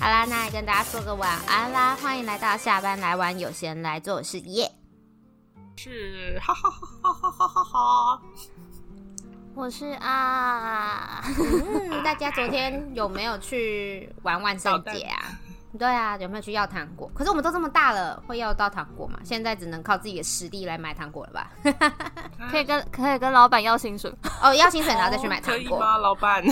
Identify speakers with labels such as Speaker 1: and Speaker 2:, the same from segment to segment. Speaker 1: 好啦，那也跟大家说个晚安啦！欢迎来到下班来玩，有闲来做事耶！
Speaker 2: 是哈哈哈哈哈哈哈哈！
Speaker 1: 我是啊，嗯，大家昨天有没有去玩万圣节啊？对啊，有没有去要糖果？可是我们都这么大了，会要到糖果吗？现在只能靠自己的实力来买糖果了吧？
Speaker 3: 可以跟可以跟老板要薪水，
Speaker 1: 哦，要薪水然后再去买糖
Speaker 2: 可以
Speaker 1: 果，
Speaker 2: 吗，老板？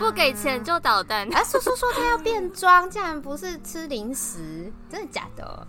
Speaker 3: 不给钱就捣蛋。
Speaker 1: 啊，叔叔说他要变装，竟然不是吃零食，真的假的？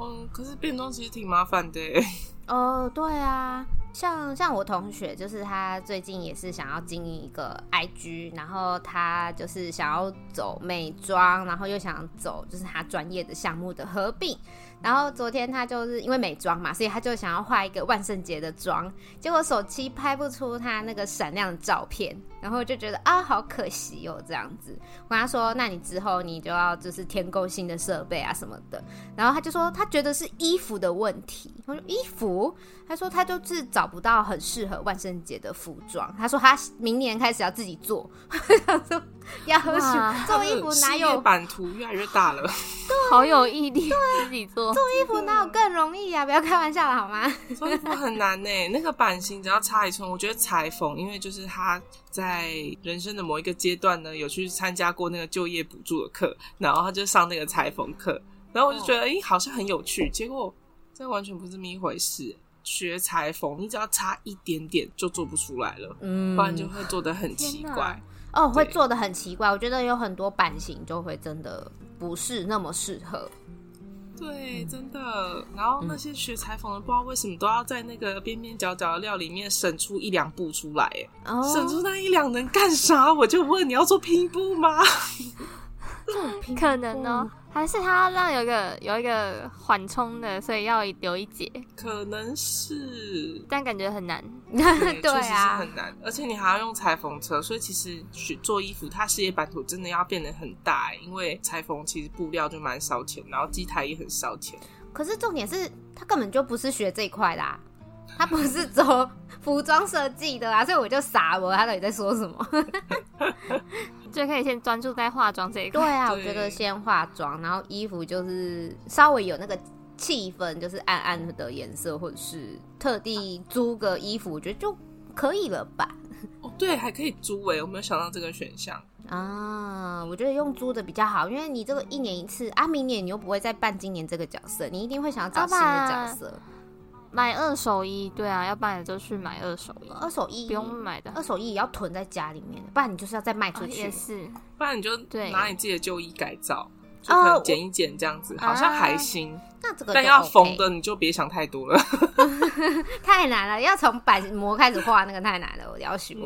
Speaker 2: 嗯，可是变装其实挺麻烦的耶。欸
Speaker 1: 哦，对啊，像像我同学，就是他最近也是想要经营一个 IG，然后他就是想要走美妆，然后又想走就是他专业的项目的合并。然后昨天他就是因为美妆嘛，所以他就想要画一个万圣节的妆，结果手机拍不出他那个闪亮的照片，然后就觉得啊，好可惜哦，这样子。我跟他说，那你之后你就要就是添购新的设备啊什么的。然后他就说他觉得是衣服的问题。我说衣服，他说他就是找不到很适合万圣节的服装。他说他明年开始要自己 做。 他说要何许
Speaker 3: 哇
Speaker 1: 做衣服哪有
Speaker 2: 事业版图越来越大了？
Speaker 3: 好有毅力，自己做。
Speaker 1: 衣服哪有更容易啊？不要开玩笑了好吗？
Speaker 2: 做衣服很难呢、那个版型只要差一寸，我觉得裁缝，因为就是他在人生的某一个阶段呢，有去参加过那个就业补助的课，然后他就上那个裁缝课，然后我就觉得，诶、好像很有趣，结果这完全不是这么一回事。学裁缝，你只要差一点点就做不出来了，
Speaker 1: 嗯
Speaker 2: 不然就会做的很奇
Speaker 3: 天
Speaker 2: 怪
Speaker 3: 哪。
Speaker 1: 哦，会
Speaker 2: 对
Speaker 1: 做的很奇怪。我觉得有很多版型就会真的不是那么适合。
Speaker 2: 对，真的。然后那
Speaker 1: 嗯
Speaker 2: 些学裁缝的，不知道为什么都要在那个边边角角的料里面省出一两步出来，哎、
Speaker 1: 哦，
Speaker 2: 省 出那一两能干啥？我就问你要做拼布吗？
Speaker 3: 可能哦，还是他要让有一个有一个缓冲的，所以要留一节，
Speaker 2: 可 能是
Speaker 3: 但感觉很难。
Speaker 1: 对
Speaker 2: 对，确实是
Speaker 1: 啊
Speaker 2: 很难，而且你还要用裁缝车，所以其实去做衣服，它事业版图真的要变得很大，因为裁缝其实布料就蛮烧钱，然后机台也很烧钱。
Speaker 1: 可是重点是他根本就不是学这一块啦、他不是走服装设计的啊，所以我就傻了，他到底在说什 么？
Speaker 3: 就可以先专注在化妆这一
Speaker 1: 对
Speaker 3: 块。
Speaker 1: 啊，我
Speaker 2: 对
Speaker 1: 觉得先化妆，然后衣服就是稍微有那个气氛，就是暗暗的颜色，或者是特地租个衣服，我觉得就可以了吧。
Speaker 2: 哦，对，还可以租诶、我没有想到这个选项。
Speaker 1: 啊，我觉得用租的比较好，因为你这个一年一次啊，明年你又不会再扮今年这个角色，你一定会想要找
Speaker 3: 要
Speaker 1: 新的角
Speaker 3: 办
Speaker 1: 色。
Speaker 3: 买二手衣，对啊，要不然就去买二手衣，
Speaker 1: 二手衣
Speaker 3: 不用买的。
Speaker 1: 二手衣也要囤在家里面，不然你就是要再卖
Speaker 2: 哦
Speaker 3: 啊
Speaker 1: 出去。
Speaker 3: 也是，
Speaker 2: 不然你就
Speaker 3: 对
Speaker 2: 拿你自己的旧衣改造，就可能剪一剪这样子，好像还行。
Speaker 1: 哦啊那这个
Speaker 2: 但
Speaker 1: 就
Speaker 2: 要
Speaker 1: OK
Speaker 2: 缝的你就别想太 多了。
Speaker 1: 太难了，要从板模开始画那个太难了，我要学。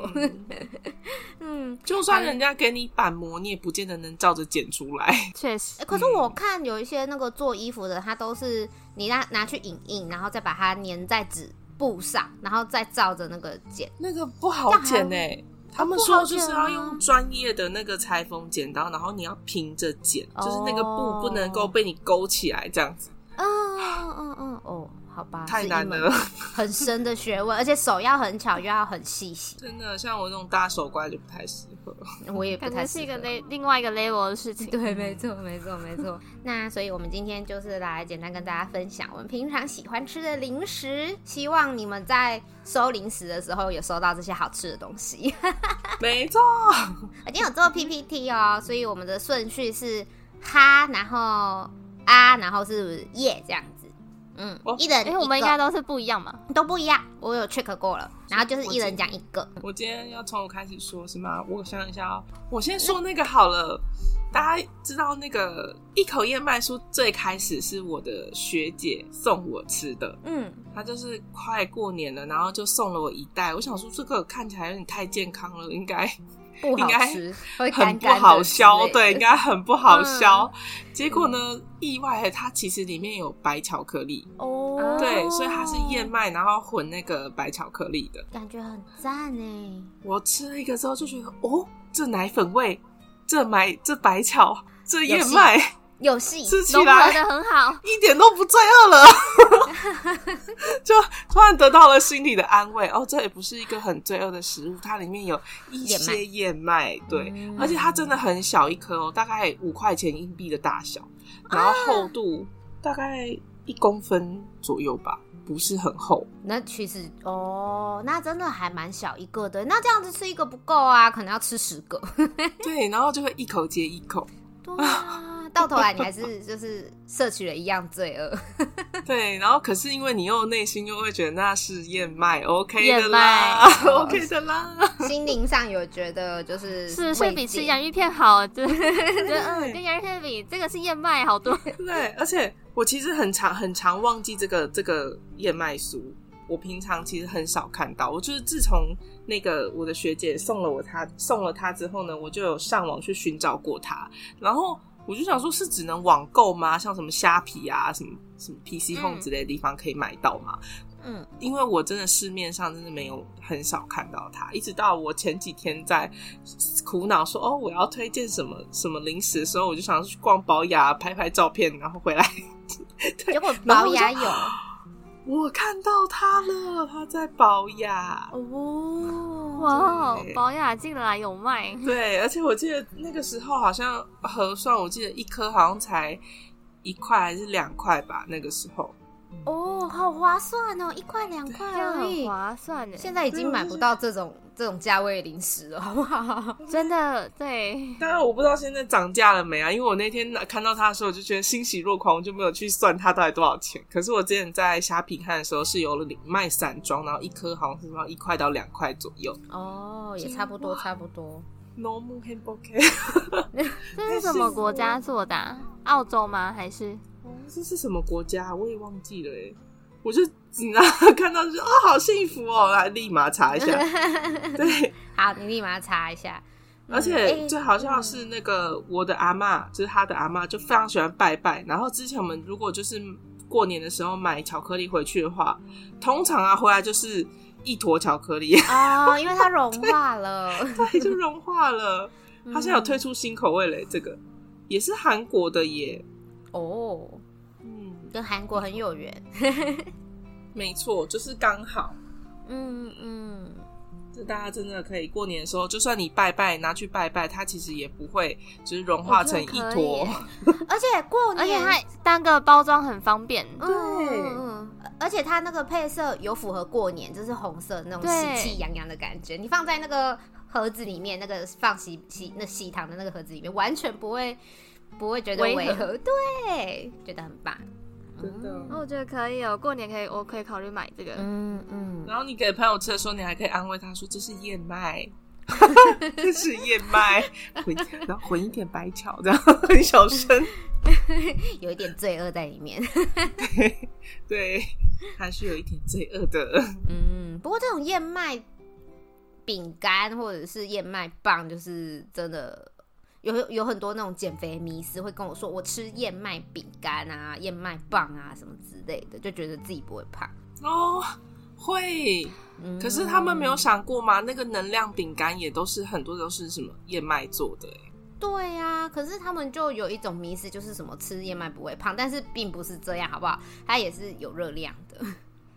Speaker 1: 嗯，
Speaker 2: 就算人家给你板模，你也不见得能照着剪出来。
Speaker 3: 确实
Speaker 1: 欸可是我看有一些那个做衣服的，他都是你拿拿去影印，然后再把它粘在纸布上，然后再照着那个剪。
Speaker 2: 那个不好剪哎、
Speaker 1: 哦
Speaker 2: 他们说就是
Speaker 1: 啊
Speaker 2: 要用专业的那个裁缝剪刀，然后你要平着剪，
Speaker 1: 哦
Speaker 2: 就是那个布不能够被你勾起来，这样子
Speaker 1: 嗯嗯嗯嗯，哦，好吧，
Speaker 2: 太
Speaker 1: 是一
Speaker 2: 难
Speaker 1: 门
Speaker 2: 了。
Speaker 1: 很深的学问，而且手要很巧，又要很细心。
Speaker 2: 真的，像我这种大手瓜就不太适合。
Speaker 1: 我也不
Speaker 3: 感
Speaker 1: 太
Speaker 3: 觉
Speaker 1: 适
Speaker 3: 是
Speaker 1: 合
Speaker 3: 一 个 le 另外一个 level 的事情。
Speaker 1: 对，没错，没错，没错。那所以，我们今天就是来简单跟大家分享我们平常喜欢吃的零食，希望你们在收零食的时候有收到这些好吃的东西。
Speaker 2: 没错，
Speaker 1: 我今天有做 PPT 哦，所以我们的顺序是哈，然后啊，然后是耶这样子。嗯
Speaker 2: 哦，
Speaker 1: 一人一
Speaker 3: 因
Speaker 1: 个，
Speaker 3: 为哎我们应该都是不一样嘛。
Speaker 1: 都不一样。我有 check 过了，然后就是一人讲一个。
Speaker 2: 我今天要从我开始说是吗？我想一下哦，我先说那个好了。大家知道那个一口燕麦酥最开始是我的学姐送我吃的，
Speaker 1: 嗯，
Speaker 2: 她就是快过年了，然后就送了我一袋。我想说这个看起来有点太健康了，应该
Speaker 1: 不好
Speaker 2: 应该
Speaker 1: 吃，会干
Speaker 2: 很不
Speaker 1: 干的
Speaker 2: 好
Speaker 1: 之
Speaker 2: 消，
Speaker 1: 类
Speaker 2: 对，
Speaker 1: 的嗯
Speaker 2: 应该很不好消。结果呢，意外它其实里面有白巧克力，
Speaker 1: 哦
Speaker 2: 对，所以它是燕麦，然后混那个白巧克力的。
Speaker 1: 感觉很赞哎。
Speaker 2: 我吃了一个之后就觉得，哦，这奶粉味，这买这白巧，这燕麦，
Speaker 1: 有戏，
Speaker 2: 吃起
Speaker 3: 融合
Speaker 2: 来
Speaker 3: 的很好。
Speaker 2: 一点都不罪恶了， 就突然得到了心里的安慰。哦，这也不是一个很罪恶的食物，它里面有一些燕麦，对，
Speaker 1: 嗯
Speaker 2: 而且它真的很小一颗哦，大概五块钱硬币的大小，然后厚
Speaker 3: 啊
Speaker 2: 度大概一公分左右吧，不是很厚。
Speaker 1: 那其实哦，那真的还蛮小一个的。那这样子吃一个不够啊，可能要吃十 个。
Speaker 2: 对，然后就会一口接一口。
Speaker 1: 对啊，到头来你还是就是摄取了一样罪 恶。
Speaker 2: 对，然后可是因为你又内心又会觉得那是燕麦，OK 的
Speaker 3: 燕
Speaker 2: 啦
Speaker 3: 麦
Speaker 2: ，OK 的啦。
Speaker 1: 心灵上有觉得就是
Speaker 3: 是
Speaker 1: 慰
Speaker 3: 是比吃
Speaker 1: 藉
Speaker 3: 洋芋片好， 对，觉得嗯，跟洋芋片比，这个是燕麦好多。
Speaker 2: 对，而且我其实很常很常忘记这个这个燕麦酥，我平常其实很少看到。我就是自从那个我的学姐送了我它送了它之后呢，我就有上网去寻找过它，然后。我就想说，是只能网购吗？像什么虾皮啊、什么什么 PC Home
Speaker 3: 嗯
Speaker 2: 之类的地方可以买到吗？
Speaker 1: 嗯，
Speaker 2: 因为我真的市面上真的没有很少看到它，一直到我前几天在苦恼说哦我要推荐什么什么零食的时候，我就想去逛宝雅拍拍照片，然后回来
Speaker 1: 结果
Speaker 2: 然
Speaker 1: 保
Speaker 2: 后我就
Speaker 1: 牙有
Speaker 2: 我看到它了，它在宝雅。
Speaker 1: 哦
Speaker 3: 哇哦
Speaker 2: 对，
Speaker 3: 宝雅竟然有卖，
Speaker 2: 对，而且我记得那个时候好像核算，我记得一颗好像才一块还是两块吧，那个时候。
Speaker 1: 哦，好划算哦，一块两块
Speaker 3: 这样
Speaker 1: 而
Speaker 3: 很
Speaker 1: 已。
Speaker 3: 划算欸的，
Speaker 1: 现在已经买不到这种这种价位的零食了，好不好？
Speaker 3: 真的对，
Speaker 2: 当然我不知道现在涨价了没啊，因为我那天看到它的时候，我就觉得欣喜若狂，我就没有去算它到底多少钱。可是我之前在虾皮看的时候是有领卖散装，然后一颗好像是要一块到两块左右。
Speaker 1: 哦，也差不多，差不多。
Speaker 2: No m o n b o k
Speaker 3: 这是什么国家做的啊？澳洲吗？还是
Speaker 2: 哦，这是什么国家？我也忘记了哎。我就只拿看到就哦，好幸福哦，来立马查一下。对，
Speaker 1: 好，你立马查一下。嗯
Speaker 2: 而且
Speaker 1: 哎
Speaker 2: 最好笑的是那个我的阿嬷，就是她的阿嬷，就非常喜欢拜拜。然后之前我们如果就是过年的时候买巧克力回去的话，通常啊回来就是一坨巧克力，
Speaker 1: 哦，因为它 融化了。
Speaker 2: 对，就融化了。它现在有推
Speaker 1: 嗯
Speaker 2: 出新口味嘞，这个也是韩国的耶。
Speaker 1: 哦，
Speaker 2: 嗯，
Speaker 1: 跟韩国很有缘。
Speaker 2: 没错，就是刚好。
Speaker 1: 嗯嗯，
Speaker 2: 这大家真的可以过年的时候，就算你拜拜拿去拜拜，它其实也不会就是融化成一
Speaker 3: 我觉得可以
Speaker 2: 坨
Speaker 3: 耶。
Speaker 1: 而且过
Speaker 3: 而且
Speaker 1: 年
Speaker 3: 它单个包装很方便，
Speaker 1: 嗯嗯，嗯而且它那个配色有符合过年，就是红色那种喜
Speaker 3: 对
Speaker 1: 气洋洋的感觉。你放在那个盒子里面，那个放喜喜那喜糖的那个盒子里面，完全不会不会觉得
Speaker 3: 违
Speaker 1: 违和，
Speaker 3: 和
Speaker 1: 对，觉得很棒。
Speaker 2: 真的
Speaker 3: 那我觉得可以哦，过年可以，我可以考虑买这个。
Speaker 1: 嗯嗯，
Speaker 2: 然后你给朋友吃的时候，你还可以安慰他说：“这是燕 麦，这是燕麦， 混然后混一点白巧，这样 很小声。
Speaker 1: 有一点罪恶在里面。”
Speaker 2: 对，还是有一点罪恶 的。
Speaker 1: 嗯，不过这种燕麦饼干或者是燕麦棒，就是真的有有很多那种减肥迷思会跟我说，我吃燕麦饼干啊、燕麦棒啊什么之类的，就觉得自己不会胖。
Speaker 2: 哦，会。
Speaker 1: 嗯
Speaker 2: 可是他们没有想过吗？那个能量饼干也都是很多都是什么燕麦做的、欸，
Speaker 1: 对呀、可是他们就有一种迷思，就是什么吃燕麦不会胖，但是并不是这样，好不好？它也是有热量的。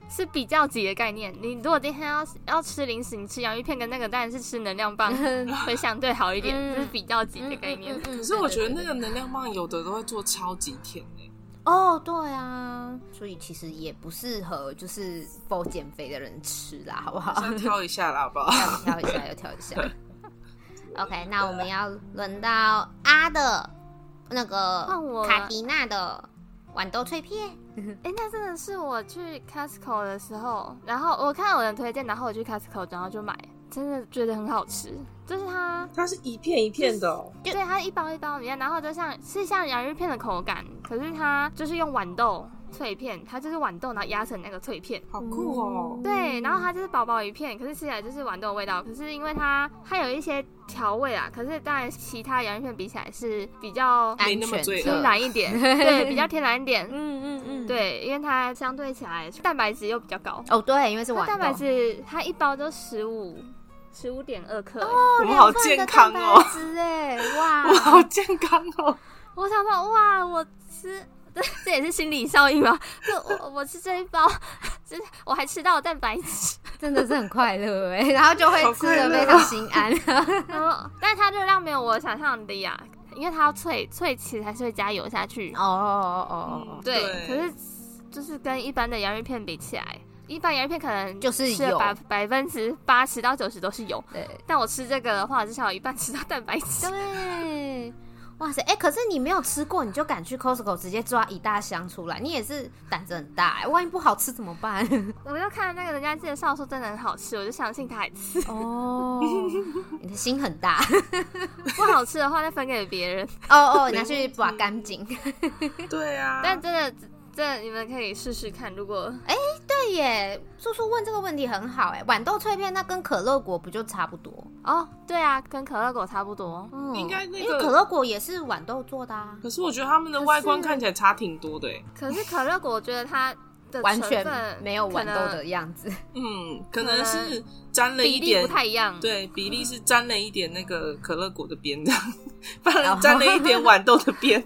Speaker 3: 是比较级的概念。你如果今天要要吃零食，你吃洋芋片跟那个当然是吃能量棒 会相对好一点，
Speaker 1: 嗯
Speaker 3: 这是比较级的概 念。
Speaker 1: 可
Speaker 2: 嗯可是我觉得那个能量棒有的都会做超级 甜、欸，
Speaker 1: 哦，对啊，所以其实也不适合就是否减肥的人吃啦，好不好？
Speaker 2: 先挑一下啦，好不好？
Speaker 1: 挑一下，又挑一下。OK，那我们要轮到阿的那
Speaker 3: 换
Speaker 1: 个
Speaker 3: 我了
Speaker 1: 卡迪娜的豌豆脆片。
Speaker 3: 哎、那真的是我去 Costco 的时候，然后我看到有人推荐，然后我去 Costco，然后就买，真的觉得很好吃。就是它，
Speaker 2: 它是一片一片的、哦，
Speaker 3: 对它一包一包里面，然后就像是像洋芋片的口感，可是它就是用豌豆脆片，它就是豌豆，然后压成那个脆片。
Speaker 2: 好酷哦！
Speaker 3: 对，然后它就是薄薄一片，可是吃起来就是豌豆的味道。可是因为它它有一些调味啊，可是当然其他洋芋片比起来是比较
Speaker 1: 安
Speaker 2: 没那么
Speaker 1: 全
Speaker 2: 罪恶
Speaker 3: 天
Speaker 1: 的。
Speaker 3: 然一点，对，比较天然一点。
Speaker 1: 哎 嗯嗯嗯，。
Speaker 3: 对，因为它相对起来蛋白质又比较高，
Speaker 1: 哦，对，因为是
Speaker 3: 它
Speaker 1: 豌
Speaker 3: 蛋白
Speaker 1: 豆。
Speaker 3: 质它一包都十五十
Speaker 1: 哦
Speaker 3: 五点二克欸，
Speaker 2: 我们好健康
Speaker 1: 两份的蛋
Speaker 2: 哦，
Speaker 1: 白质哎，
Speaker 2: 我
Speaker 1: 哇！
Speaker 2: 好健康哦。
Speaker 3: 欸我想到哇，我吃。这这也是心理效应吧？就我我吃这一包，这我还吃到蛋白质，
Speaker 1: 真的是很快乐哎、然后就会
Speaker 2: 好
Speaker 1: 吃
Speaker 2: 快
Speaker 1: 的
Speaker 2: 乐
Speaker 1: 非
Speaker 2: 哦
Speaker 1: 常心安。
Speaker 3: 然后但是它热量没有我想象低啊，因为它要脆脆起才是会加油下去
Speaker 1: 哦。哦哦哦哦，
Speaker 3: 对，
Speaker 2: 对
Speaker 3: 可是就是跟一般的洋芋片比起来，一般洋芋片可能
Speaker 1: 就是
Speaker 3: 吃了
Speaker 1: 油
Speaker 3: 百百分之八十到九十都是油，
Speaker 1: 对
Speaker 3: 但我吃这个的话，至少有一半吃到蛋白质。
Speaker 1: 对，哇塞，哎、可是你没有吃过，你就敢去 Costco 直接抓一大箱出来，你也是胆子很大、哎，万一不好吃怎么办？
Speaker 3: 我就看那个人家介绍说真的很好吃，我就相信他一 次。
Speaker 1: 哦，你的心很大。
Speaker 3: 不好吃的话再分给别 人。
Speaker 1: 哦嗯哦，拿
Speaker 2: 没
Speaker 1: 去
Speaker 2: 问
Speaker 1: 把
Speaker 2: 题
Speaker 1: 干净。
Speaker 2: 对啊，
Speaker 3: 但真的，真的你们可以试试看，如果哎
Speaker 1: 对耶，叔叔问这个问题很好哎，豌豆脆片那跟可乐果不就差不多？
Speaker 3: 哦，对啊，跟可乐果差不多。
Speaker 1: 嗯，
Speaker 2: 应该那
Speaker 1: 因为
Speaker 2: 个
Speaker 1: 可乐果也是豌豆做的啊。
Speaker 2: 可是我觉得他们的
Speaker 3: 可
Speaker 2: 外观
Speaker 3: 是
Speaker 2: 看起来差挺多的、欸，
Speaker 3: 可是可乐果，我觉得它的
Speaker 1: 完
Speaker 3: 成
Speaker 1: 全
Speaker 3: 分
Speaker 1: 没有豌
Speaker 3: 可
Speaker 1: 豆
Speaker 3: 能
Speaker 1: 的样子，
Speaker 2: 嗯，可
Speaker 3: 可
Speaker 2: 能
Speaker 3: 能
Speaker 2: 是沾了
Speaker 3: 比
Speaker 2: 一
Speaker 3: 例
Speaker 2: 点
Speaker 3: 不，太一样。
Speaker 2: 对，比例是沾了一点那个可乐果的边 的，
Speaker 3: 哦
Speaker 2: 不然沾了一点豌豆的 边。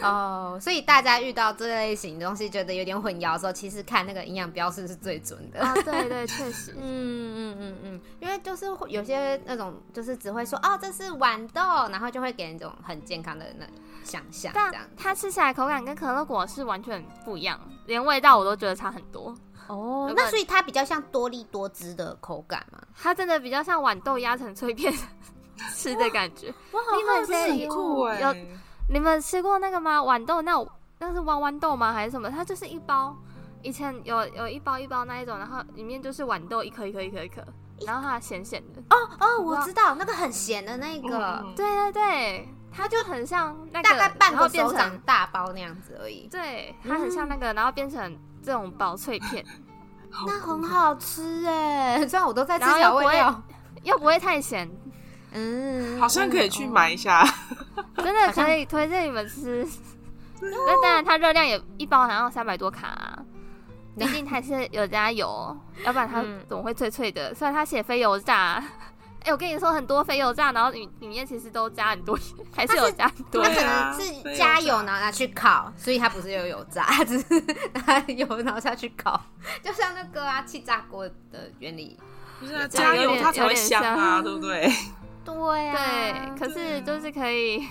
Speaker 1: 哦，所以大家遇到这类型的东西觉得有点混淆的时候，其实看那个营养标示是最准的。
Speaker 3: 哦，对对，确实
Speaker 1: 嗯。嗯嗯嗯，因为就是会有些那种就是只会说哦这是豌豆，然后就会给人一种很健康的那想象这样
Speaker 3: 但。它吃起来口感跟可乐果是完全不一样，连味道我都觉得差很多。
Speaker 1: 哦
Speaker 3: 如果
Speaker 1: 那所以它比较像多利多汁的口感嘛。
Speaker 3: 它真的比较像豌豆压成脆片吃的感觉。
Speaker 1: 哇，
Speaker 2: 哦
Speaker 3: 好好奇
Speaker 2: 很酷哎、
Speaker 3: 有你们吃过那个吗？豌豆那那是弯弯豆吗？还是什么？它就是一包，以前有有一包一包那一种，然后里面就是豌豆一颗一颗一颗一颗，然后它咸咸的。哦，
Speaker 1: 哦，我知道那个很咸的那个，
Speaker 2: 嗯
Speaker 3: 对对对，它就很像那个，
Speaker 1: 大概半
Speaker 3: 然后
Speaker 1: 个
Speaker 3: 变
Speaker 1: 手掌嗯
Speaker 3: 成，
Speaker 1: 大包那样子而已。
Speaker 3: 对，它很像那个，然后变成这种薄脆片，
Speaker 2: 好
Speaker 1: 那很
Speaker 2: 酷
Speaker 1: 好吃哎， 虽然我都在吃
Speaker 3: 然后又
Speaker 1: 调味
Speaker 3: 不会
Speaker 1: 料。
Speaker 3: 又不会太咸，
Speaker 1: 嗯，
Speaker 2: 好像可以去
Speaker 1: 嗯
Speaker 2: 买一下。
Speaker 3: 真的可以推荐你们 吃。那当然，它热量也一包好像三百多卡、啊，毕竟还是有加 油，要不然它
Speaker 1: 嗯
Speaker 3: 怎么会脆脆的？虽然它写非油炸、 哎、我跟你说很多非油炸，然后里里面其实都加很多， 还是有加很多
Speaker 1: 它
Speaker 2: 对
Speaker 1: 可
Speaker 2: 啊
Speaker 1: 能是
Speaker 2: 对
Speaker 1: 加
Speaker 2: 油
Speaker 1: 油，
Speaker 2: 炸
Speaker 1: 然后拿去烤，所以它不是又有炸，它只是拿油然后下去烤，就像那个啊气炸锅的原理。
Speaker 2: 不是啊，
Speaker 3: 这样
Speaker 2: 加
Speaker 3: 有
Speaker 2: 油
Speaker 3: 点
Speaker 2: 它才
Speaker 3: 有
Speaker 2: 会
Speaker 3: 点
Speaker 2: 香啊，
Speaker 3: 像
Speaker 2: 对不对？
Speaker 1: 对
Speaker 3: 对，可
Speaker 2: 对啊
Speaker 3: 是就是可以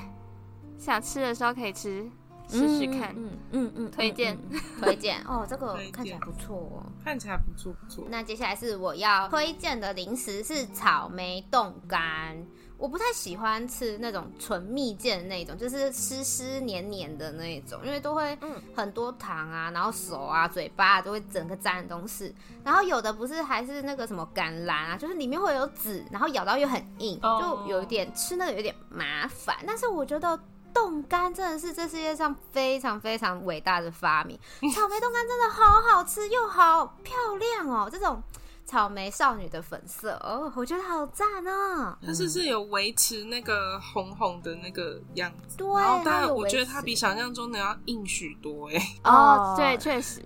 Speaker 3: 想吃的时候可以吃试试看。
Speaker 1: 嗯嗯嗯，
Speaker 3: 推荐
Speaker 1: 嗯 嗯推荐哦，这个
Speaker 2: 推荐
Speaker 1: 看起来不错哦。
Speaker 2: 看起来不错不错。
Speaker 1: 那接下来是我要推荐的零食是草莓冻干。我不太喜欢吃那种纯蜜饯的那种，就是湿湿黏黏的那一种，因为都会
Speaker 3: 嗯
Speaker 1: 很多糖啊，然后手啊、嘴巴、啊、都会整个沾的东西。然后有的不是还是那个什么橄榄啊，就是里面会有籽，然后咬到又很硬，
Speaker 2: 哦
Speaker 1: 就有一点吃那个有点麻烦。但是我觉得冻干真的是这世界上非常非常伟大的发 明，草莓冻干真的好好吃又好漂亮哦，这种草莓少女的粉色哦，我觉得好赞啊！
Speaker 2: 但是是有维持那个红红的那个样子，
Speaker 1: 对，
Speaker 2: 然后
Speaker 1: 它
Speaker 2: 当然
Speaker 1: 有
Speaker 2: 我
Speaker 1: 维
Speaker 2: 觉得它
Speaker 1: 持
Speaker 2: 比想象中的要硬许多哎、
Speaker 1: 嗯
Speaker 2: 欸
Speaker 3: 哦，对，确实，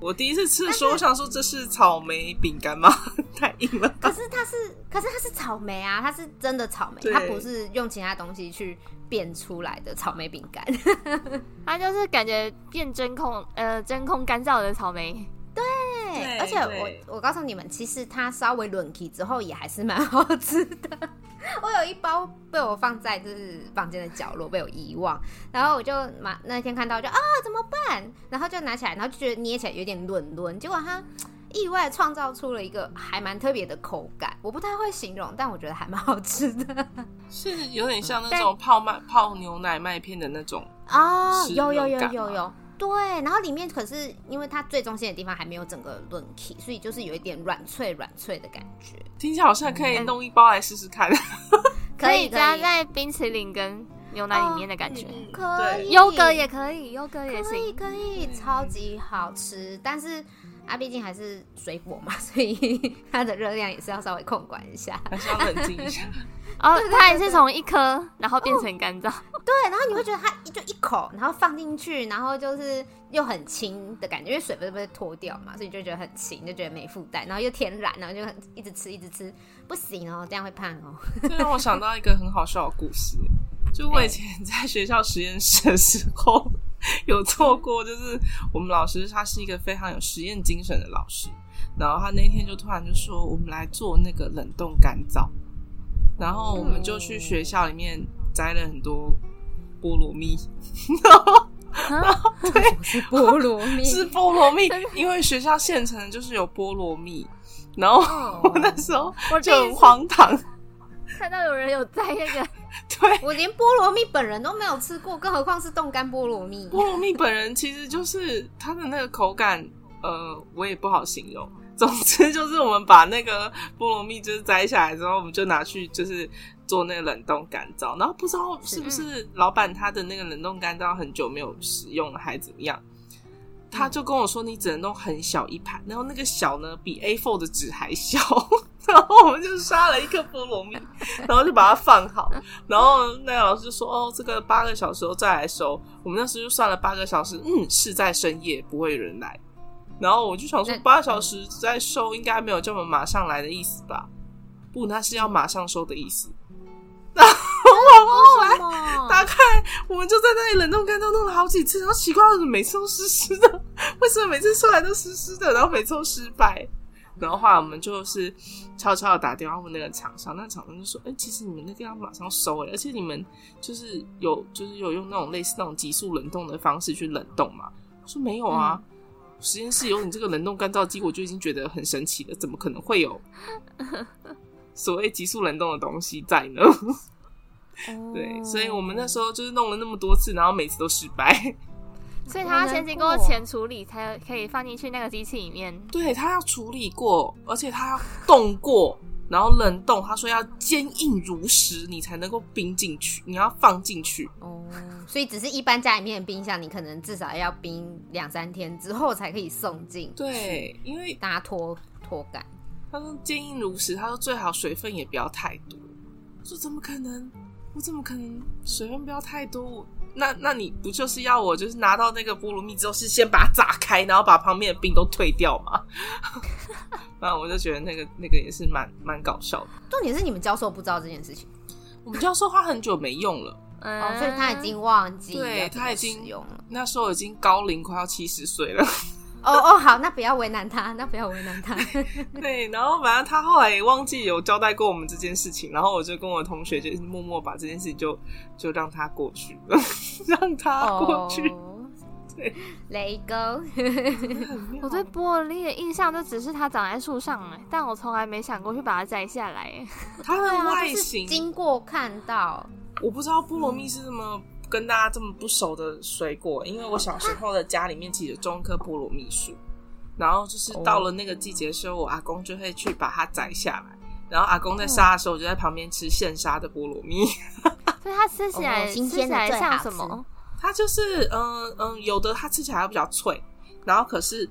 Speaker 2: 我第一次吃的时候，我想说这是草莓饼干吗？ 太硬了。
Speaker 1: 可是它是，可是它是草莓啊，它是真的草莓，
Speaker 2: 对
Speaker 1: 它不是用其他东西去变出来的草莓饼干。
Speaker 3: 它就是感觉变真空，呃，真空干燥的草莓。
Speaker 1: 对，
Speaker 2: 对
Speaker 1: 而且
Speaker 2: 对
Speaker 1: 我我告诉你们，其实它稍微轮起之后也还是蛮 好吃的。我有一包被我放在就是房间的角落，被我遗忘，然后我就马那天看到我就啊怎么办？然后就拿起来，然后就觉得捏起来有点软软，结果它。意外创造出了一个还蛮特别的口感，我不太会形容，但我觉得还蛮好吃的。
Speaker 2: 是有点像那种泡麦泡牛奶麦片的那种，
Speaker 1: 哦，
Speaker 2: 食
Speaker 1: 有有
Speaker 2: 用
Speaker 1: 有
Speaker 2: 感
Speaker 1: 有
Speaker 2: 嘛
Speaker 1: 有，对，然后里面可是因为它最中心的地方还没有整个论体，所以就是有一点软脆软脆的感觉。
Speaker 2: 听起来好像可以弄一包来试试看。
Speaker 3: 可以加在冰淇淋跟牛奶里面的感觉。
Speaker 2: 嗯
Speaker 1: 可以，
Speaker 2: 对
Speaker 3: 优格也可以，优格也
Speaker 1: 可以
Speaker 3: 行。
Speaker 1: 可以，超级好吃，但是。啊，毕竟还是水果嘛，所以 它的热量也是要稍微控管一下。
Speaker 2: 还是要冷静一下。
Speaker 3: 哦，它也是从一颗，然后变成干燥。
Speaker 1: 对，然后你会觉
Speaker 2: 嗯
Speaker 1: 得它一就一口，然后放进去，然后就是又很轻的感觉，因为水不是被脱掉嘛，所以你就觉得很轻，就觉得没负担，然后又天然，然后就很一直吃一直吃，不行哦，这样会胖哦。
Speaker 2: 这让我想到一个很好笑的故事，就我以前在学校实验室的时候有做过，就是我们老师他是一个非常有实验精神的老师，然后他那天就突然就说我们来做那个冷冻干燥，然后我们就去学校里面摘了很多菠萝蜜，
Speaker 1: 不是菠萝 蜜，
Speaker 2: 是菠萝蜜，因为学校现成的就是有菠萝蜜，然后我那时候
Speaker 3: 哦我第
Speaker 2: 就很
Speaker 3: 一次
Speaker 2: 荒唐，
Speaker 3: 看到有人有在那个，
Speaker 2: 对，
Speaker 1: 我连菠萝蜜本人都没有吃过，更何况是冻干菠萝蜜。
Speaker 2: 菠萝蜜本人其实就是它的那个口感，呃，我也不好形容。总之就是我们把那个菠萝蜜就是摘下来之后，我们就拿去就是做那个冷冻干燥，然后不知道是不是老板他的那个冷冻干燥很久没有使用了，还怎么样？他就跟我说，你只能弄很小一盘，然后那个小呢比 A4 的纸还小， 然后我们就杀了一颗菠萝蜜，然后就把它放好，然后那个老师就说：“哦，这个八个小时后再来收。”我们那时候就算了八个小时，嗯，是在深夜，不会有人来。然后我就想说
Speaker 1: 那，
Speaker 2: 八个小时再收，应该没有叫我们马上来的意思吧？不，那是要马上收的意思。
Speaker 1: 为什么？
Speaker 2: 大概我们就在那里冷冻干燥弄了好几次，然后奇怪，为什么每次都湿湿的？ 为什么每次出来都湿湿的？然后每次都失败。然后后来我们就是悄悄的打电话问那个厂商，那厂商就说：“哎、其实你们那个要马上收哎、而且你们就是有就是有用那种类似那种急速冷冻的方式去冷冻嘛？”我说：“没有啊，实验室有你这个冷冻干燥机，我就已经觉得很神奇了，怎么可能会有所谓急速冷冻的东西在呢？”对，所
Speaker 1: 哦
Speaker 2: 以我们那时候就是弄了那么多次，然后每次都失败。
Speaker 3: 所以他要先经过前处理，才可以放进去那个机器里面。
Speaker 2: 对他要处理过，而且他要冻过，然后冷冻。他说要坚硬如石，你才能够冰进去，你要放进去。
Speaker 1: 哦，所以只是一般家里面的冰箱，你可能至少要冰两三天之后才可以送进，
Speaker 2: 对，因为
Speaker 1: 大家脱脱干。
Speaker 2: 他说坚硬如石，他说最好水分也不要太多。我说怎么可能？我怎么可能水分不要太多？我那那你不就是要我就是拿到那个菠萝蜜之后是先把它炸开，然后把旁边的冰都退掉吗？ 那我就觉得那个那个也是蛮蛮搞笑的。
Speaker 1: 重点是你们教授不知道这件事情、
Speaker 2: 我们教授他很久没用了，
Speaker 3: 嗯
Speaker 1: 哦，所以他已经忘记
Speaker 2: 对
Speaker 1: 要怎么
Speaker 2: 他已经
Speaker 1: 使用了。
Speaker 2: 那时候已经高龄快要七十岁了。
Speaker 1: 哦哦，好，那不要为难他，那 不要为难他。
Speaker 2: 对，然后反正他后来也忘记有交代过我们这件事情，然后我就跟我同学就是默默把这件事就就让他过去了， 让他过去。
Speaker 1: 哦
Speaker 2: 对，
Speaker 1: 雷沟。
Speaker 3: 我对玻璃的印象就只是它长在树上哎，但我从来没想过去把它摘下来哎。
Speaker 2: 它
Speaker 1: 对啊
Speaker 2: 的
Speaker 1: 就
Speaker 2: 外
Speaker 1: 是嗯
Speaker 2: 形，
Speaker 1: 经过看到，
Speaker 2: 我不知道菠萝蜜是什么跟大家这么不熟的水果，因为我小时候的家里面其实有种一棵菠萝蜜树，然后就是到了那个季节的时候，我阿公就会去把它摘下来。然后阿
Speaker 1: 哦
Speaker 2: 公在杀的时候，我就在旁边吃现杀的菠萝蜜。
Speaker 3: 所以它吃起来、
Speaker 1: 哦
Speaker 3: 吃
Speaker 1: 新
Speaker 3: 起
Speaker 1: 鲜的
Speaker 3: 来
Speaker 1: 最好
Speaker 3: 像
Speaker 1: 吃
Speaker 3: 什么？
Speaker 2: 它就是嗯嗯，有的它吃起来比较脆，然后可是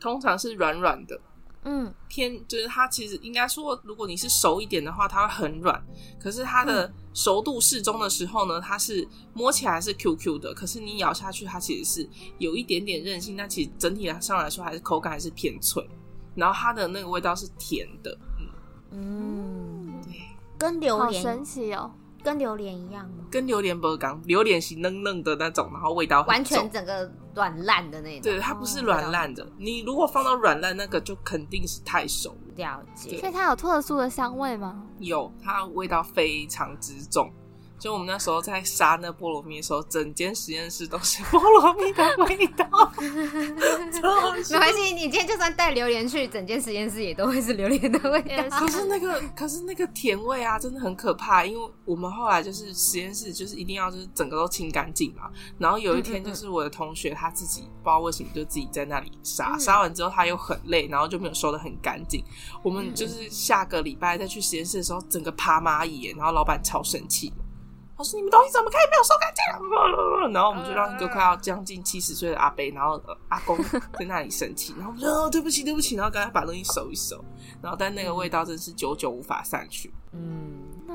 Speaker 2: 通常是软软的，
Speaker 1: 嗯，
Speaker 2: 偏就是它其实应该说，如果你是熟一点的话，它会很软。可是它的
Speaker 1: 嗯
Speaker 2: 熟度适中的时候呢，它是摸起来是 Q Q 的，可是你咬下去，它其实是有一点点韧性，但其实整体上来说还是口感还是偏脆。然后它的那个味道是甜的，嗯，
Speaker 1: 嗯，跟榴
Speaker 3: 好神
Speaker 1: 莲
Speaker 3: 奇哦！
Speaker 1: 跟榴莲一样吗？
Speaker 2: 跟榴莲不干，榴莲是嫩嫩的那种，然后味道很
Speaker 1: 完
Speaker 2: 重
Speaker 1: 全整个软烂的那种。
Speaker 2: 对，它不是软烂的。你如果放到软烂那个，就肯定是太熟了。
Speaker 1: 了解。
Speaker 3: 所以它有特殊的香味吗？
Speaker 2: 有，它味道非常之重。就我们那时候在杀那菠萝蜜的时候，整间实验室都是 菠萝蜜的味道。超好 笑
Speaker 1: 没关系，你今天就算带榴莲去，整间实验室也都会是榴莲的味
Speaker 3: 也
Speaker 1: 道。
Speaker 2: 可
Speaker 3: 是
Speaker 2: 是那个，可是那个甜味啊，真的很可怕。因为我们后来就是实验室，就是一定要就是整个都清干净嘛。然后有一天，就是我的同学他自己不知道为什么就自己在那里杀，
Speaker 1: 嗯
Speaker 2: 杀完之后他又很累，然后就没有收的很干净。我们就是下个礼拜再去实验室的时候，整个爬蚂蚁耶，然后老板超生气的。我说你们东西怎么可以没有收干净？啊然后我们就让一个快要将近七十岁的阿伯，然后、呃阿公在那里生气，然后我们说、哦、对不起对不起，然后赶快把东西收一收。然后但那个味道真是久久无法散去。
Speaker 1: 嗯，
Speaker 3: 那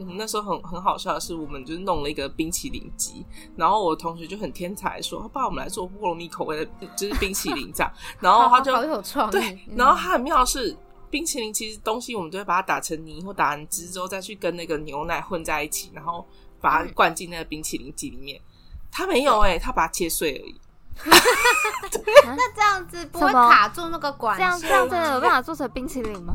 Speaker 2: 我们那时候很很好笑的是，我们就是弄了一个冰淇淋机，然后我同学就很天才地说，不然我们来做菠萝蜜口味的，嗯就是冰淇淋这样。然后他就
Speaker 1: 好好有创意。
Speaker 2: 对，
Speaker 1: 嗯
Speaker 2: 然后它很妙的是，冰淇淋其实东西我们都会把它打成泥或打成汁之后，再去跟那个牛奶混在一起，然后把
Speaker 1: 嗯
Speaker 2: 它灌进那个冰淇淋机里面。他没有哎、他把它切碎而已。
Speaker 1: 那这样子不会
Speaker 3: 什么
Speaker 1: 卡住那个管
Speaker 3: 这样这
Speaker 1: 线
Speaker 3: 样
Speaker 1: 吗
Speaker 3: 真的有办法做成冰淇淋吗？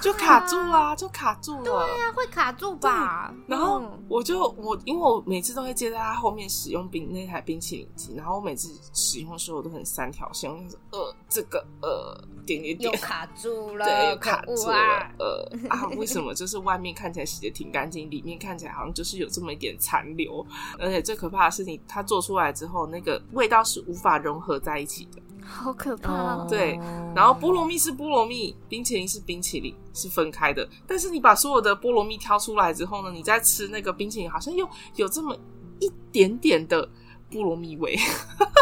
Speaker 2: 就卡住啊，就卡住了。
Speaker 1: 对啊，会卡住吧？
Speaker 2: 然后
Speaker 1: 嗯
Speaker 2: 我就我，因为我每次都会接在他后面使用冰那台冰淇淋机，然后我每次使用的时候我都很三条线，我就说呃这个呃点点
Speaker 1: 又
Speaker 2: 点，
Speaker 1: 卡住
Speaker 2: 对，
Speaker 1: 了，
Speaker 2: 又卡
Speaker 1: 可
Speaker 2: 住
Speaker 1: 恶
Speaker 2: 了
Speaker 1: 啊！，
Speaker 2: 呃啊为什么就是外面看起来洗的挺干净，里面看起来好像就是有这么一点残留，而且最可怕的是你它做出来之后，那个味道是无法融合在一起的。
Speaker 3: 好可怕、哦！
Speaker 2: 对，然后菠萝蜜是菠萝蜜，冰淇淋是冰淇淋，是分开的。但是你把所有的菠萝蜜挑出来之后呢，你再吃那个冰淇淋，好像又有这么一点点的菠萝蜜味，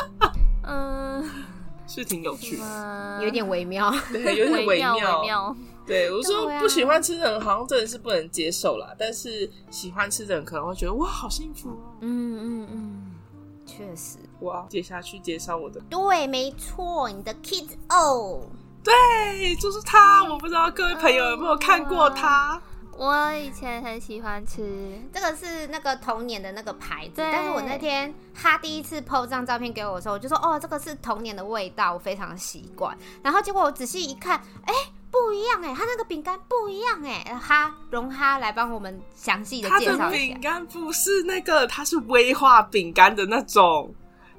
Speaker 3: 嗯，
Speaker 2: 是挺有趣 的，
Speaker 1: 哦有点微妙，
Speaker 2: 对，有点
Speaker 3: 微
Speaker 2: 妙。
Speaker 3: 微妙。
Speaker 2: 对，我说
Speaker 1: 对啊
Speaker 2: 不喜欢吃的人好像真的是不能接受啦，但是喜欢吃的人可能会觉得哇，好幸福哦！
Speaker 1: 嗯嗯嗯，确实，
Speaker 2: 我要接下去介绍我的，
Speaker 1: 对，没错，你的 kids o
Speaker 2: 对，哎就是他，我不知道各位朋友有没有看过他。
Speaker 3: 我以前很喜欢吃，
Speaker 1: 这个是那个童年的那个牌子，
Speaker 3: 对
Speaker 1: 但是我那天他第一次 PO 这张照片给我的时候，我就说哦，这个是童年的味道，我非常习惯。然后结果我仔细一看，哎、不一样哎、它那个饼干不一样哎、哈，容哈来帮我们详细的
Speaker 2: 它
Speaker 1: 介
Speaker 2: 的
Speaker 1: 绍一下
Speaker 2: 饼。干不是那个，它是威化饼干的那种。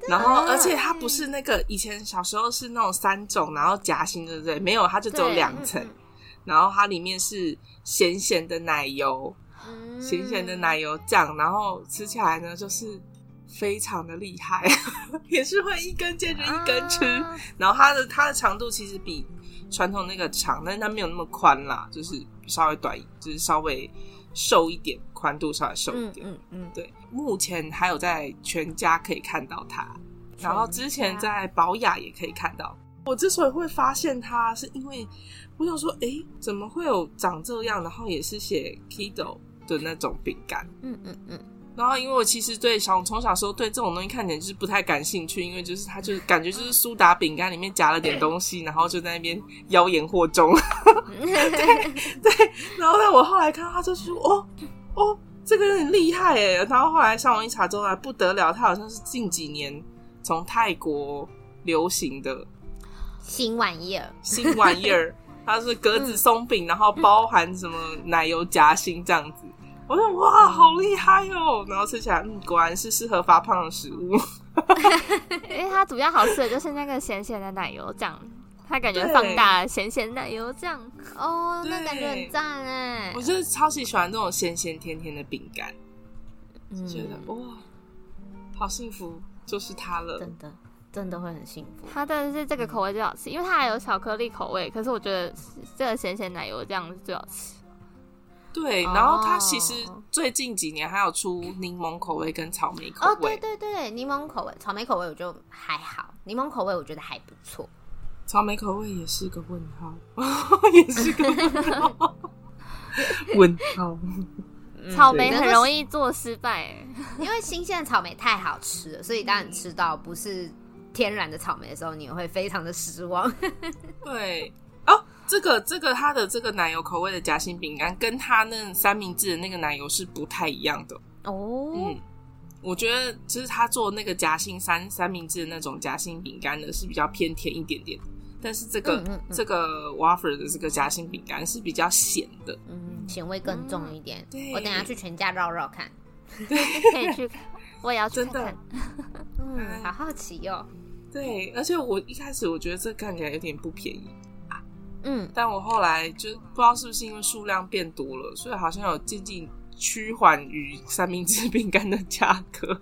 Speaker 2: 然后，而且它不是那个以前小时候是那种三种，然后夹心，对不对？没有，它就只有
Speaker 3: 对
Speaker 2: 两
Speaker 1: 嗯
Speaker 2: 层。然后它里面是咸咸的奶油，
Speaker 1: 嗯
Speaker 2: 咸咸的奶油酱，然后吃起来呢就是非常的厉害， 也是会一根接着一根吃。嗯
Speaker 3: 啊
Speaker 2: 然后它的它的长度其实比传统那个长，但是它没有那么宽啦，就是稍微短，就是稍微瘦一点，宽度稍微瘦一
Speaker 1: 嗯
Speaker 2: 点。
Speaker 1: 嗯嗯，
Speaker 2: 对，目前还有在全家可以看到它，然后之前
Speaker 1: 全家
Speaker 2: 在宝雅也可以看到。我之所以会发现它，是因为我想说，诶，怎么会有长这样，然后也是写 Kido 的那种饼干？
Speaker 1: 嗯嗯嗯，
Speaker 2: 然后，因为我其实对小从小时候对这种东西看起来就是不太感兴趣，因为就是它就是感觉就是苏打饼干里面夹了点东西，然后就在那边妖言惑众。然后呢，我后来看到他就说：“哦哦，这个人很厉害耶！”然后后来上网一查之后啊，不得了，他好像是近几年从泰国流行的
Speaker 1: 新玩意儿，
Speaker 2: 新玩意 儿，它是格子松饼，
Speaker 1: 嗯
Speaker 2: 然后包含什么奶油夹心这样子。我说
Speaker 1: 嗯
Speaker 2: 哇，好厉害哦！然后吃起来，嗯，果然是适合发胖的食 物。
Speaker 3: 因为它主要好吃的就是那个咸咸的奶油酱，它感觉
Speaker 2: 对
Speaker 3: 放大了咸咸奶油酱。
Speaker 1: 哦，那
Speaker 2: 对
Speaker 1: 感觉很赞哎
Speaker 2: 我，就是超级喜欢这种咸咸甜甜的饼干，
Speaker 1: 嗯
Speaker 2: 觉得哇，好幸福，就是它了。
Speaker 1: 真的真的会很幸福。
Speaker 3: 它真的是这个口味最好吃，因为它还有巧克力口味，可是我觉得这个咸咸奶油酱是最好吃。
Speaker 2: 对，
Speaker 1: 哦
Speaker 2: 然后它其实最近几年还有出柠檬口味跟草莓口
Speaker 1: 哦，
Speaker 2: 味，
Speaker 1: 对对对，柠檬口味、草莓口味我就还好，柠檬口味我觉得还不错。
Speaker 2: 草莓口味也是个问号， 也是个问号， 问号。嗯
Speaker 1: 嗯
Speaker 3: 草莓很容
Speaker 1: 易，
Speaker 3: 易做失败，
Speaker 1: 因为新鲜的草莓太好吃了，所以当你吃到不是天然的草莓的时候，你会非常的失望。
Speaker 2: 嗯对，哦，这个这个它的这个奶油口味的夹心饼干，跟它那三明治的那个奶油是不太一样的。
Speaker 1: 哦
Speaker 2: 嗯，我觉得就是他做那个夹心三三明治的那种夹心饼干的是比较偏甜一点点的，但是这个、
Speaker 1: 嗯嗯嗯
Speaker 2: 这个 wafer 的这个夹心饼干是比较咸的。
Speaker 1: 嗯，咸味更重一点。
Speaker 2: 嗯对
Speaker 1: 我等一下去全家绕绕看。
Speaker 3: 可以去看，我也要去
Speaker 2: 真
Speaker 3: 看
Speaker 2: 的
Speaker 3: 看。
Speaker 1: 嗯，
Speaker 2: 啊
Speaker 1: 好好奇哟、哦。
Speaker 2: 对，而且我一开始我觉得这看起来有点不便宜，
Speaker 1: 嗯，
Speaker 2: 但我后来就不知道是不是因为数量变多了，所以好像有渐渐趋缓于三明治饼干的价 格，